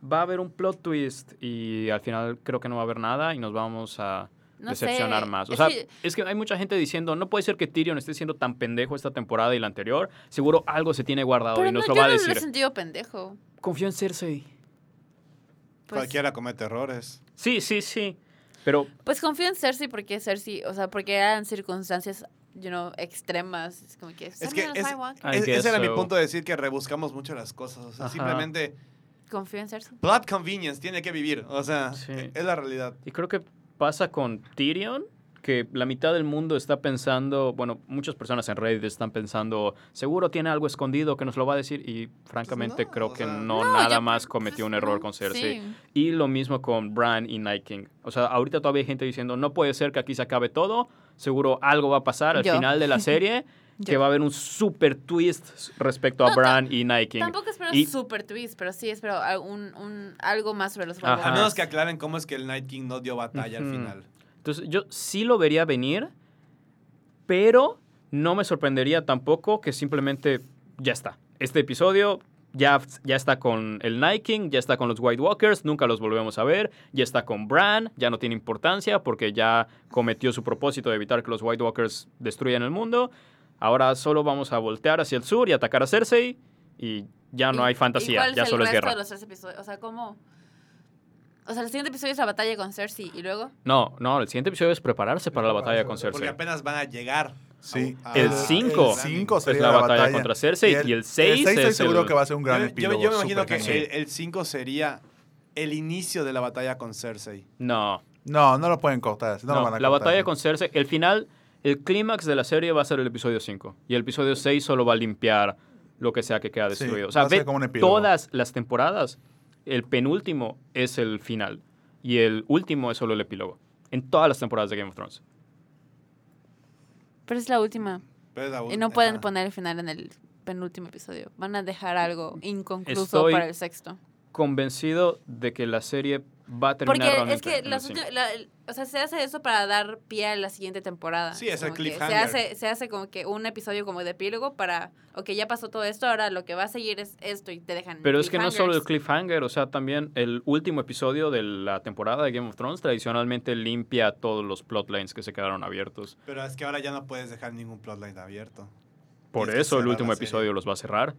Va a haber un plot twist y al final creo que no va a haber nada y nos vamos a no sé. decepcionar más. O Es sea, que- es que hay mucha gente diciendo, no puede ser que Tyrion esté siendo tan pendejo esta temporada y la anterior. Seguro algo se tiene guardado pero y nos no, lo va yo a no decir. lo he sentido pendejo. Confío en Cersei. Pues, Cualquiera comete errores. Sí, sí, sí. Pero Pues confío en Cersei porque Cersei, o sea, porque eran circunstancias, you know, extremas. Es como que, Es "Send que me on es- sidewalk". I Es- guess ese era mi so. punto de decir que rebuscamos mucho las cosas. O sea, Ajá. simplemente confío en Cersei. plot convenience tiene que vivir. O sea, Sí. e- es la realidad. Y creo que pasa con Tyrion, que la mitad del mundo está pensando, bueno, muchas personas en Reddit están pensando, seguro tiene algo escondido que nos lo va a decir y francamente Pues no, creo o que sea- no, No, nada yo- más cometió un error con Cersei. Sí. Y lo mismo con Bran y Night King. O sea, ahorita todavía hay gente diciendo, no puede ser que aquí se acabe todo, seguro algo va a pasar al Yo. final de la serie. Que Yo. va a haber un super twist respecto a No, Bran y Night King. Tampoco espero Y- super twist, pero sí espero algún, un, algo más sobre los Ajá. A Ah. menos que aclaren cómo es que el Night King no dio batalla al Ujú. final. Entonces, yo sí lo vería venir, pero no me sorprendería tampoco que simplemente ya está. Este episodio ya, ya está con el Night King, ya está con los White Walkers, nunca los volvemos a ver, ya está con Bran, ya no tiene importancia porque ya cometió su propósito de evitar que los White Walkers destruyan el mundo. Ahora solo vamos a voltear hacia el sur y atacar a Cersei y ya no ¿Y- hay y fantasía, cuál ya el solo es resto guerra. de los tres episodios? O sea, ¿cómo? O sea, el siguiente episodio es la batalla con Cersei y luego. No, no, el siguiente episodio es prepararse para la batalla con Porque Cersei. apenas van a llegar. Sí. ah, a- El a- cinco. El 5 Es sería la batalla contra Cersei, y el seis El 6 estoy es seguro el- que va a ser un gran Yo- yo, epílogo. yo me imagino que eh, supercañón. el- el 5 sería el inicio de la batalla con Cersei. No. No, no lo pueden cortar. No, lo No, van a la cortar. batalla con Cersei, el final, el clímax de la serie va a ser el episodio 5. Y el episodio 6 solo va a limpiar lo que sea que queda Sí, destruido. o sea, va a ser ve como un epílogo. todas las temporadas, el penúltimo es el final. Y el último es solo el epílogo. En todas las temporadas de Game of Thrones. Pero es la última. Pero es la Y un- no pueden ajá. poner el final en el penúltimo episodio. Van a dejar algo inconcluso Estoy- para el sexto. Convencido de que la serie va a terminar Porque es realmente que en el los cinco. ulti- la- el- o sea, se hace eso para dar pie a la siguiente temporada. Sí, es el como que cliffhanger. Se hace, se hace como que un episodio como de epílogo para, ok, ya pasó todo esto, ahora lo que va a seguir es esto y te dejan Pero es que no solo el cliffhangers. cliffhanger, o sea, también el último episodio de la temporada de Game of Thrones tradicionalmente limpia todos los plotlines que se quedaron abiertos. Pero es que ahora ya no puedes dejar ningún plotline abierto. Por Tienes que eso el cerrar último la serie. episodio los va a cerrar.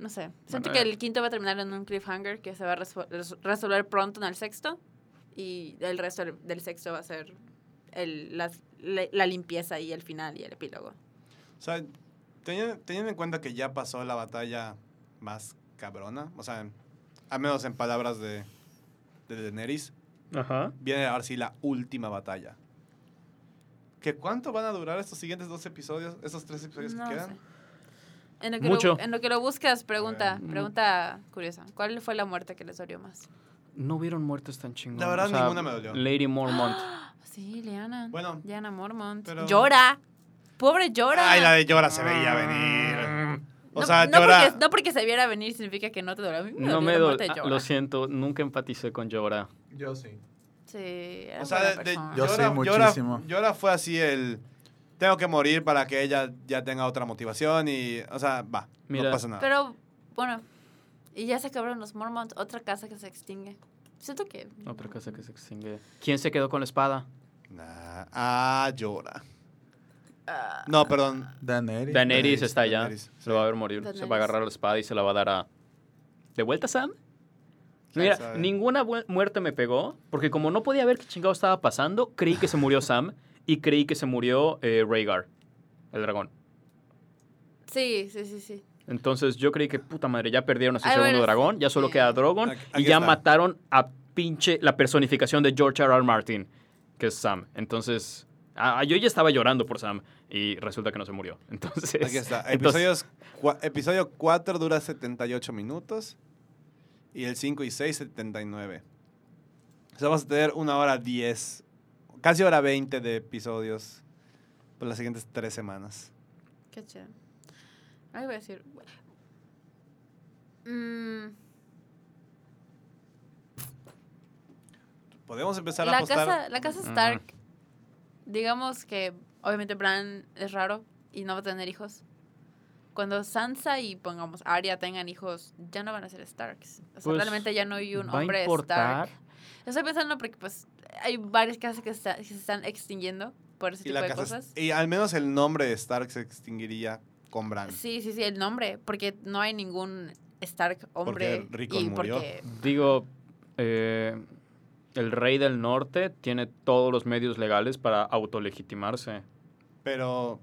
No sé. Siento Bueno, que ya. el quinto va a terminar en un cliffhanger que se va a resol- res- resolver pronto en el sexto. Y el resto del, del sexto va a ser el- la, la- la limpieza y el final y el epílogo. O sea, teniendo, teniendo en cuenta que ya pasó la batalla más cabrona, o sea, en- a menos en palabras de, de Daenerys, Ajá. viene ahora sí la última batalla. ¿Que cuánto van a durar estos siguientes dos episodios, estos tres episodios No que quedan? sé. En lo, que Mucho. Lo, en lo que lo buscas, pregunta, Mm. pregunta curiosa. ¿Cuál fue la muerte que les dolió más? No hubieron muertes tan chingonas. La verdad, ninguna me dolió. Lady Mormont. Ah, Sí, Liana. Bueno. Liana Mormont. Pero- Llora. Pobre llora. Ay, la de Llora se Mm. veía venir. O No- sea, no, Llora... Porque, no porque se viera venir significa que no te dolió. A mí me No dolió me la ah, dolió. muerte de Jorah. Lo siento, nunca empaticé con Llora. Yo sí. Sí, era O sea, buena de- de- persona. Yo sé Yora- Yora- muchísimo. Yora fue así el... Tengo que morir para que ella ya tenga otra motivación y... O sea, va. Mira. no pasa nada. Pero, bueno, y ya se acabaron los Mormons, otra casa que se extingue. Siento que... Otra cosa que se extingue. ¿Quién se quedó con la espada? Nah. Ah, llora. ah, No, perdón. Daenerys. Daenerys está allá. Daenerys, Se va a ver morir. Se va a Daenerys. agarrar la espada y se la va a dar a. ¿De vuelta, Sam? Quién Mira, sabe. ninguna bu- muerte me pegó, porque como no podía ver qué chingado estaba pasando, creí que se murió Sam y creí que se murió eh, Rhaegar, el dragón. Sí, sí, sí, sí. Entonces yo creí que, puta madre, ya perdieron a su Ah, segundo bueno, sí. dragón, ya solo Sí. queda Drogon Aquí- y aquí ya está. mataron a pinche la personificación de George R.R. Martin, que es Sam. Entonces, ah, yo ya estaba llorando por Sam y resulta que no se murió. Entonces, Aquí está. entonces- Episodios, cua- episodio 4 dura 78 minutos y el 5 y 6, 79. O sea, vamos a tener una hora 10, casi hora 20 de episodios por las siguientes tres semanas. Qué chido. Ahí voy a decir... Mm, Podemos empezar a la, apostar. casa, este la casa Ujú. Stark, digamos que obviamente Bran es raro y no va a tener hijos. Cuando Sansa y pongamos Arya tengan hijos, ya no van a ser Starks. O sea, Pues, realmente ya no hay un va a hombre importar. Stark. Estoy pensando porque pues hay varias casas que, está- que se están extinguiendo por ese y, tipo la de casa- cosas. y al menos el nombre de Stark se extinguiría con Bran. Sí, sí, sí, el nombre, porque no hay ningún Stark hombre Porque Rickon y murió. porque Digo, eh, el rey del norte tiene todos los medios legales para autolegitimarse. Pero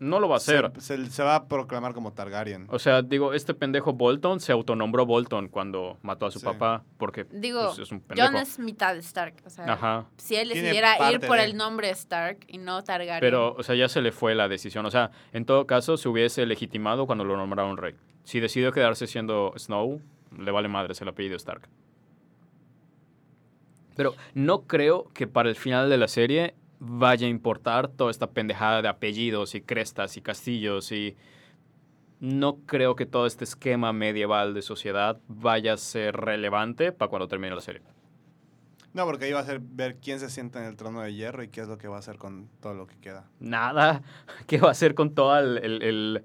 No lo va a hacer. se, se- se va a proclamar como Targaryen. O sea, digo, este pendejo Bolton se autonombró Bolton cuando mató a su Sí. papá porque Digo, pues, es un pendejo. John es mitad Stark, o sea, Ajá. si él Tiene decidiera ir parte por de- el nombre Stark y no Targaryen. Pero, o sea, ya se le fue la decisión. O sea, en todo caso, se hubiese legitimado cuando lo nombraron rey. Si decidió quedarse siendo Snow, le vale madre el apellido Stark. Pero no creo que para el final de la serie vaya a importar toda esta pendejada de apellidos y crestas y castillos y... No creo que todo este esquema medieval de sociedad vaya a ser relevante para cuando termine la serie. No, porque ahí va a ser ver quién se sienta en el trono de hierro y qué es lo que va a hacer con todo lo que queda. Nada. ¿Qué va a hacer con toda, el- el- el-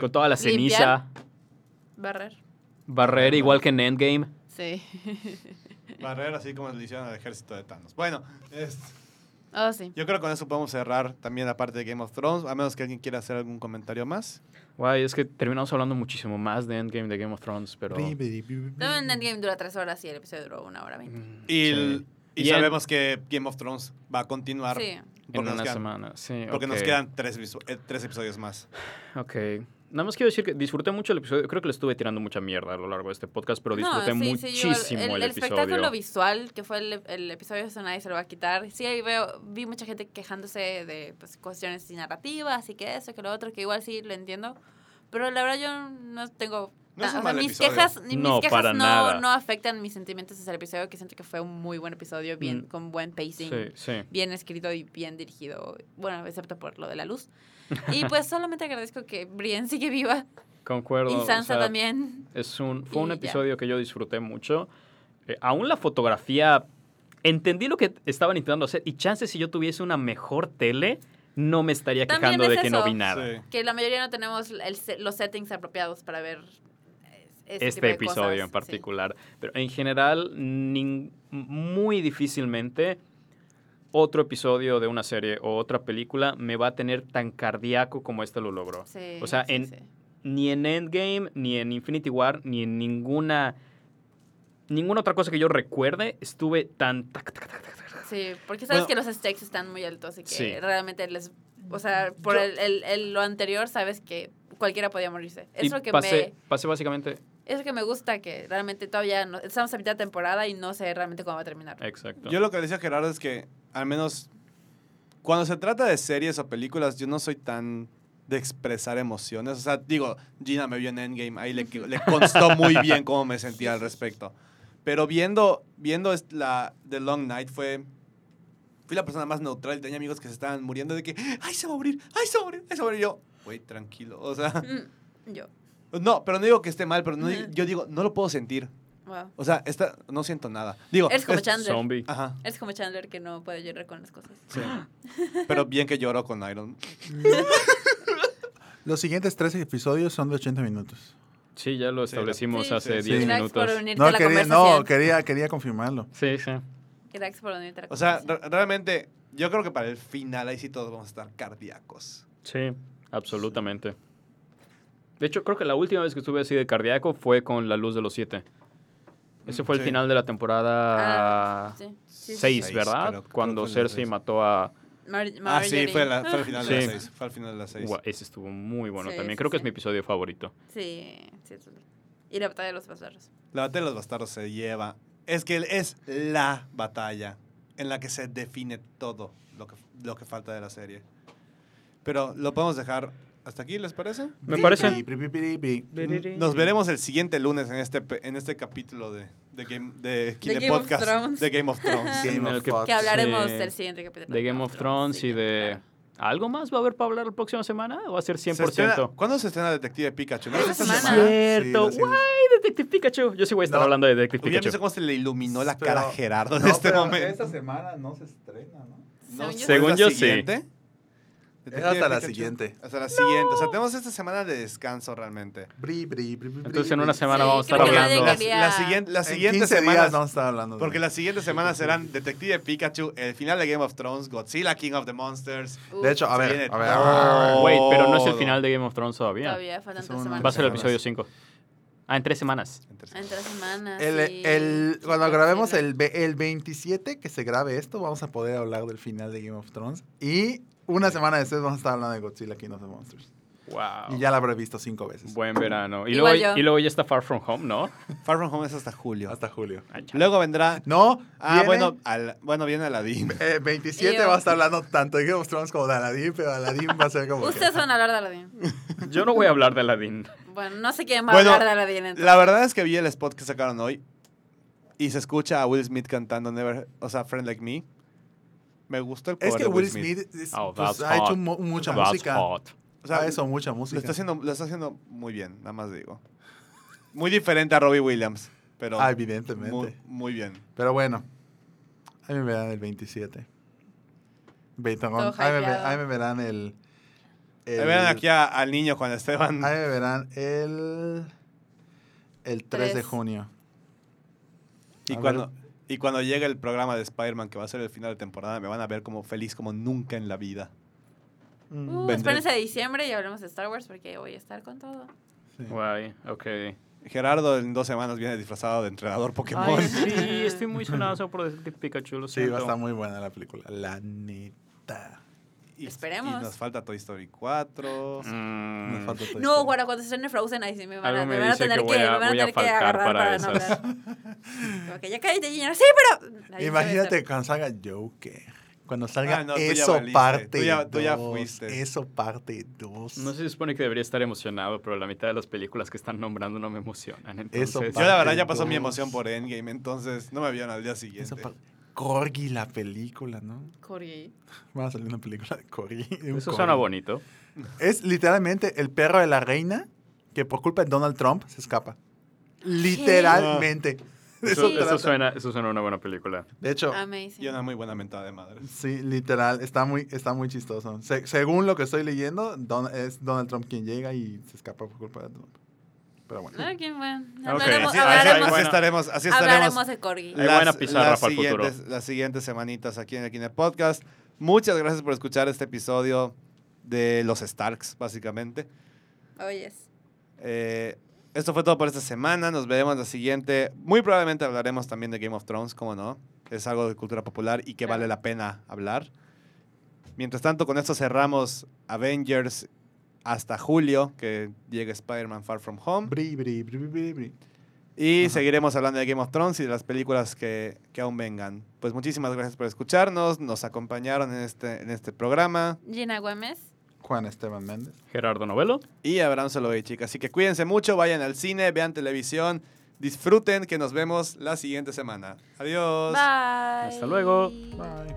con toda la Limpiar. ceniza? Barrer. Barrer igual que en Endgame. Sí. Barrer así como le hicieron al ejército de Thanos. Bueno, es- Oh, sí. yo creo que con eso podemos cerrar también la parte de Game of Thrones, a menos que alguien quiera hacer algún comentario más. Guay, es que terminamos hablando muchísimo más de Endgame de Game of Thrones, pero... También Endgame dura tres horas y el episodio duró una hora veinte. Mm, Y, sí. el- y Y en- sabemos que Game of Thrones va a continuar Sí. En porque, una nos, quedan, semana, sí. porque nos ok, quedan tres, visu- eh, tres episodios más. Ok. Nada más quiero decir que disfruté mucho el episodio. Creo que le estuve tirando mucha mierda a lo largo de este podcast, pero disfruté No, sí, sí, yo- muchísimo el, el, el episodio. espectáculo visual que fue el, el episodio eso nadie se lo va a quitar. Sí, ahí veo, vi mucha gente quejándose de pues, cuestiones y narrativas y que eso, que lo otro, que igual sí lo entiendo. Pero la verdad yo no tengo... No es na- un o sea, mal mis episodio. quejas, ni- mis No, quejas para no, nada. no afectan mis sentimientos hacia el episodio, que siento que fue un muy buen episodio, bien, Mm. con buen pacing. Sí, sí. bien escrito y bien dirigido, bueno, excepto por lo de la luz. Y pues solamente agradezco que Brienne sigue viva Concuerdo. y o Sansa sea, también. Es un, fue un Y ya. episodio que yo disfruté mucho. Eh, aún la fotografía, entendí lo que estaban intentando hacer y chance si yo tuviese una mejor tele, no me estaría También quejando es de que no eso. vi nada. Sí. Que la mayoría no tenemos el se- los settings apropiados para ver eh, ese tipo este de episodio cosas, en sí. particular. Pero en general, nin- muy difícilmente otro episodio de una serie o otra película me va a tener tan cardíaco como este lo logró. Sí, O sea, sí, en- sí. Ni en Endgame, ni en Infinity War, ni en ninguna ninguna otra cosa que yo recuerde estuve tan tac, tac, tac, tac, tac. Sí, porque sabes Bueno. que los stakes están muy altos y que Sí. realmente les... O sea, por Yo- el, el- el- lo anterior sabes que cualquiera podía morirse. Es Y lo que me... pasé, pasé básicamente Es lo que me gusta, que realmente todavía no- estamos a mitad de temporada y no sé realmente cómo va a terminar. exacto. Yo lo que le decía a Gerardo es que, al menos, cuando se trata de series o películas, yo no soy tan de expresar emociones. O sea, digo, Gina me vio en Endgame, ahí le, le constó muy bien cómo me sentía al respecto. Pero viendo, viendo es- la The Long Night fue... Fui la persona más neutral, tenía amigos que se estaban muriendo de que, ay, se va a morir, ay, se va a morir, ay, se va a morir. Y yo, güey, tranquilo, o sea, Mm, Yo. no, pero no digo que esté mal, pero no, Ujú. yo digo, no lo puedo sentir. Wow. O sea, esta, no siento nada. Digo, Eres como es- Chandler. Zombie. Ajá. Eres como Chandler que no puede llorar con las cosas. Sí. Pero bien que lloro con Iron. Los siguientes tres episodios son de 80 minutos. Sí, ya lo Sí, establecimos sí, hace sí. 10 Sí. Gracias por minutos. unirte a No, la quería, conversación. no quería, quería confirmarlo. Sí, sí. Gracias por unirte a la O sea, conversación. re- realmente, yo creo que para el final ahí sí todos vamos a estar cardíacos. Sí, absolutamente. De hecho, creo que la última vez que estuve así de cardíaco fue con La Luz de los Siete. Ese Mm, fue sí. el final de la temporada Ah, sí, sí, sí. 6, Seis, ¿verdad? creo- creo Cuando que fue la Cersei seis. mató a... Mar- Ah, sí, Marjorie. fue, la- fue al final de Sí. las seis. Fue al final de las seis. Gua- Ese estuvo muy bueno Sí, también. sí, Creo que es sí. mi episodio favorito. Sí, sí, sí. Y la batalla de los bastardos. La batalla de los bastardos se lleva. Es que es la batalla en la que se define todo lo que, lo que falta de la serie. Pero lo podemos dejar hasta aquí, ¿les parece? Me parece... Pi, pi, pi, pi, pi. Nos veremos el siguiente lunes en este, pe- en este capítulo de, de Game, de Kine Game of Podcast. Thrones. de Game of Thrones. en el que- Thrones. Que hablaremos Sí. del siguiente capítulo. De Game of Thrones y sí, de... claro. ¿Algo más va a haber para hablar la próxima semana? ¿O va a ser Se estrena- 100%? ¿Cuándo se estrena Detective Pikachu? ¿No Esta es esta semana. semana? Cierto, Sí, lo siento. guay, Detective Pikachu. Yo sí voy a estar No. hablando de Detective Hubiera visto Pikachu. cómo se le iluminó la Pero- cara a Gerardo en No, este pero momento. Esta semana no se estrena, ¿no? Según yo- Según ¿Es yo, la sí. siguiente? Es hasta la siguiente. Hasta la siguiente. O sea, tenemos esta semana de descanso realmente. Bri, bri, bri, bri, Entonces bri, en una bri. semana Sí, vamos a estar creo que hablando... La, nadie quería- la siguiente, la En siguiente 15 semana. días vamos a estar hablando. de- Porque las siguientes semanas serán Detective Pikachu, el final de Game of Thrones, Godzilla, King of the Monsters. Uh, De hecho, a Se ver, viene a ver. todo. Wait, pero no es el Todo. final de Game of Thrones todavía. todavía faltan Son tres unas semanas. Va a ser el Semanas. episodio 5. Ah, en tres semanas. En tres semanas. El, eh, sí. el- cuando Sí, grabemos sí, el, ve- el 27 que se grabe esto, vamos a poder hablar del final de Game of Thrones. Y una semana después vamos a estar hablando de Godzilla King of the Monsters. Wow. Y ya la habré visto cinco veces. Buen verano. Y luego, Igual yo. y luego ya está Far From Home, ¿no? Far From Home es hasta julio. Hasta julio. Ay, chale. Luego vendrá. No, Ah, viene- bueno, al- bueno, viene Aladdin. Eh, 27 Yo. va a estar hablando tanto de Game of Thrones como de Aladdin, pero Aladdin va a ser como. que- Ustedes van a hablar de Aladdin. Yo no voy a hablar de Aladdin. Bueno, no sé quién va Bueno, a hablar de Aladdin. entonces. La verdad es que vi el spot que sacaron hoy y se escucha a Will Smith cantando Never, o sea, Friend Like Me. Me gustó el cover Es que de Will Smith es- Oh, pues, that's ha hecho hot. mu- mucha That's música. hot. O sea, ha hecho mucha lo música. está haciendo, lo está haciendo muy bien, nada más digo. Muy diferente a Robbie Williams, pero Ah, evidentemente. muy, muy bien. Pero bueno, ahí me verán el 27. Beethoven. Todo Ahí me, ve- hypeado. ahí me verán el. el- Ahí Vean aquí a- al niño Juan Esteban. Ahí me verán el. El 3 de Tres. junio. Y A cuando, y cuando llegue el programa de Spider-Man, que va a ser el final de temporada, me van a ver como feliz como nunca en la vida. Mm, Uh, vendré. espérense a diciembre y hablemos de Star Wars porque voy a estar con todo. sí. Guay, ok. Gerardo en dos semanas viene disfrazado de entrenador Pokémon. Ay, sí, estoy muy sonado por Detective Pikachu, lo Sí, va a siento. estar muy buena la película. La neta. Y- Esperemos. Y nos falta Toy Story 4. Mm, Me falta todo No, esto. guarda, cuando se estrene Frozen, ahí sí me van a, Algo me me van a dice tener que que, voy a- me van a voy a tener que faltar agarrar para para, no esas. hablar. Como que ya cállate, Gina. Sí, pero. Ahí se va a Imagínate estar. cuando salga Joker. Cuando salga Ah, no, tú ya eso valiste. parte Tú ya- tú ya 2. fuiste. Eso parte 2. No se supone que debería estar emocionado, pero la mitad de las películas que están nombrando no me emocionan. Eso Entonces, Yo la verdad ya Parte pasó mi dos. emoción por Endgame, entonces no me vieron al día siguiente. Eso par- Corgi la película, ¿no? Corgi. Va a salir una película de Corgi. de un eso corgi. suena bonito. Es literalmente el perro de la reina que por culpa de Donald Trump se escapa. Literalmente. De eso Eso, eso trata. suena, eso suena una buena película. De hecho, Amazing. Y una muy buena mentada de madre. sí, literal, está muy, está muy chistoso. Se- según lo que estoy leyendo, Don- es Donald Trump quien llega y se escapa por culpa de Trump. Pero bueno. Ah, qué bueno. Ok, Hablaremos, así, así- hablaremos, así bueno. estaremos, así estaremos. hablaremos de Corgi. Hay buena pizarra para el futuro. siguientes, Las siguientes semanitas aquí en el Kine Podcast. Muchas gracias por escuchar este episodio de los Starks, básicamente. Oyes. Eh, esto fue todo por esta semana. Nos veremos la siguiente. Muy probablemente hablaremos también de Game of Thrones, como no. Es algo de cultura popular y que Claro. vale la pena hablar. Mientras tanto, con esto cerramos Avengers hasta julio, que llega Spider-Man Far From Home. Bri, bri, bri, bri, bri. Y Ajá. seguiremos hablando de Game of Thrones y de las películas que, que aún vengan. Pues muchísimas gracias por escucharnos. Nos acompañaron en este, en este programa. Gina Gómez. Juan Esteban Méndez. Gerardo Novelo. Y Abraham Soloveitchik. chicas. Así que cuídense mucho, vayan al cine, vean televisión, disfruten, que nos vemos la siguiente semana. Adiós. Bye. Hasta luego. Bye.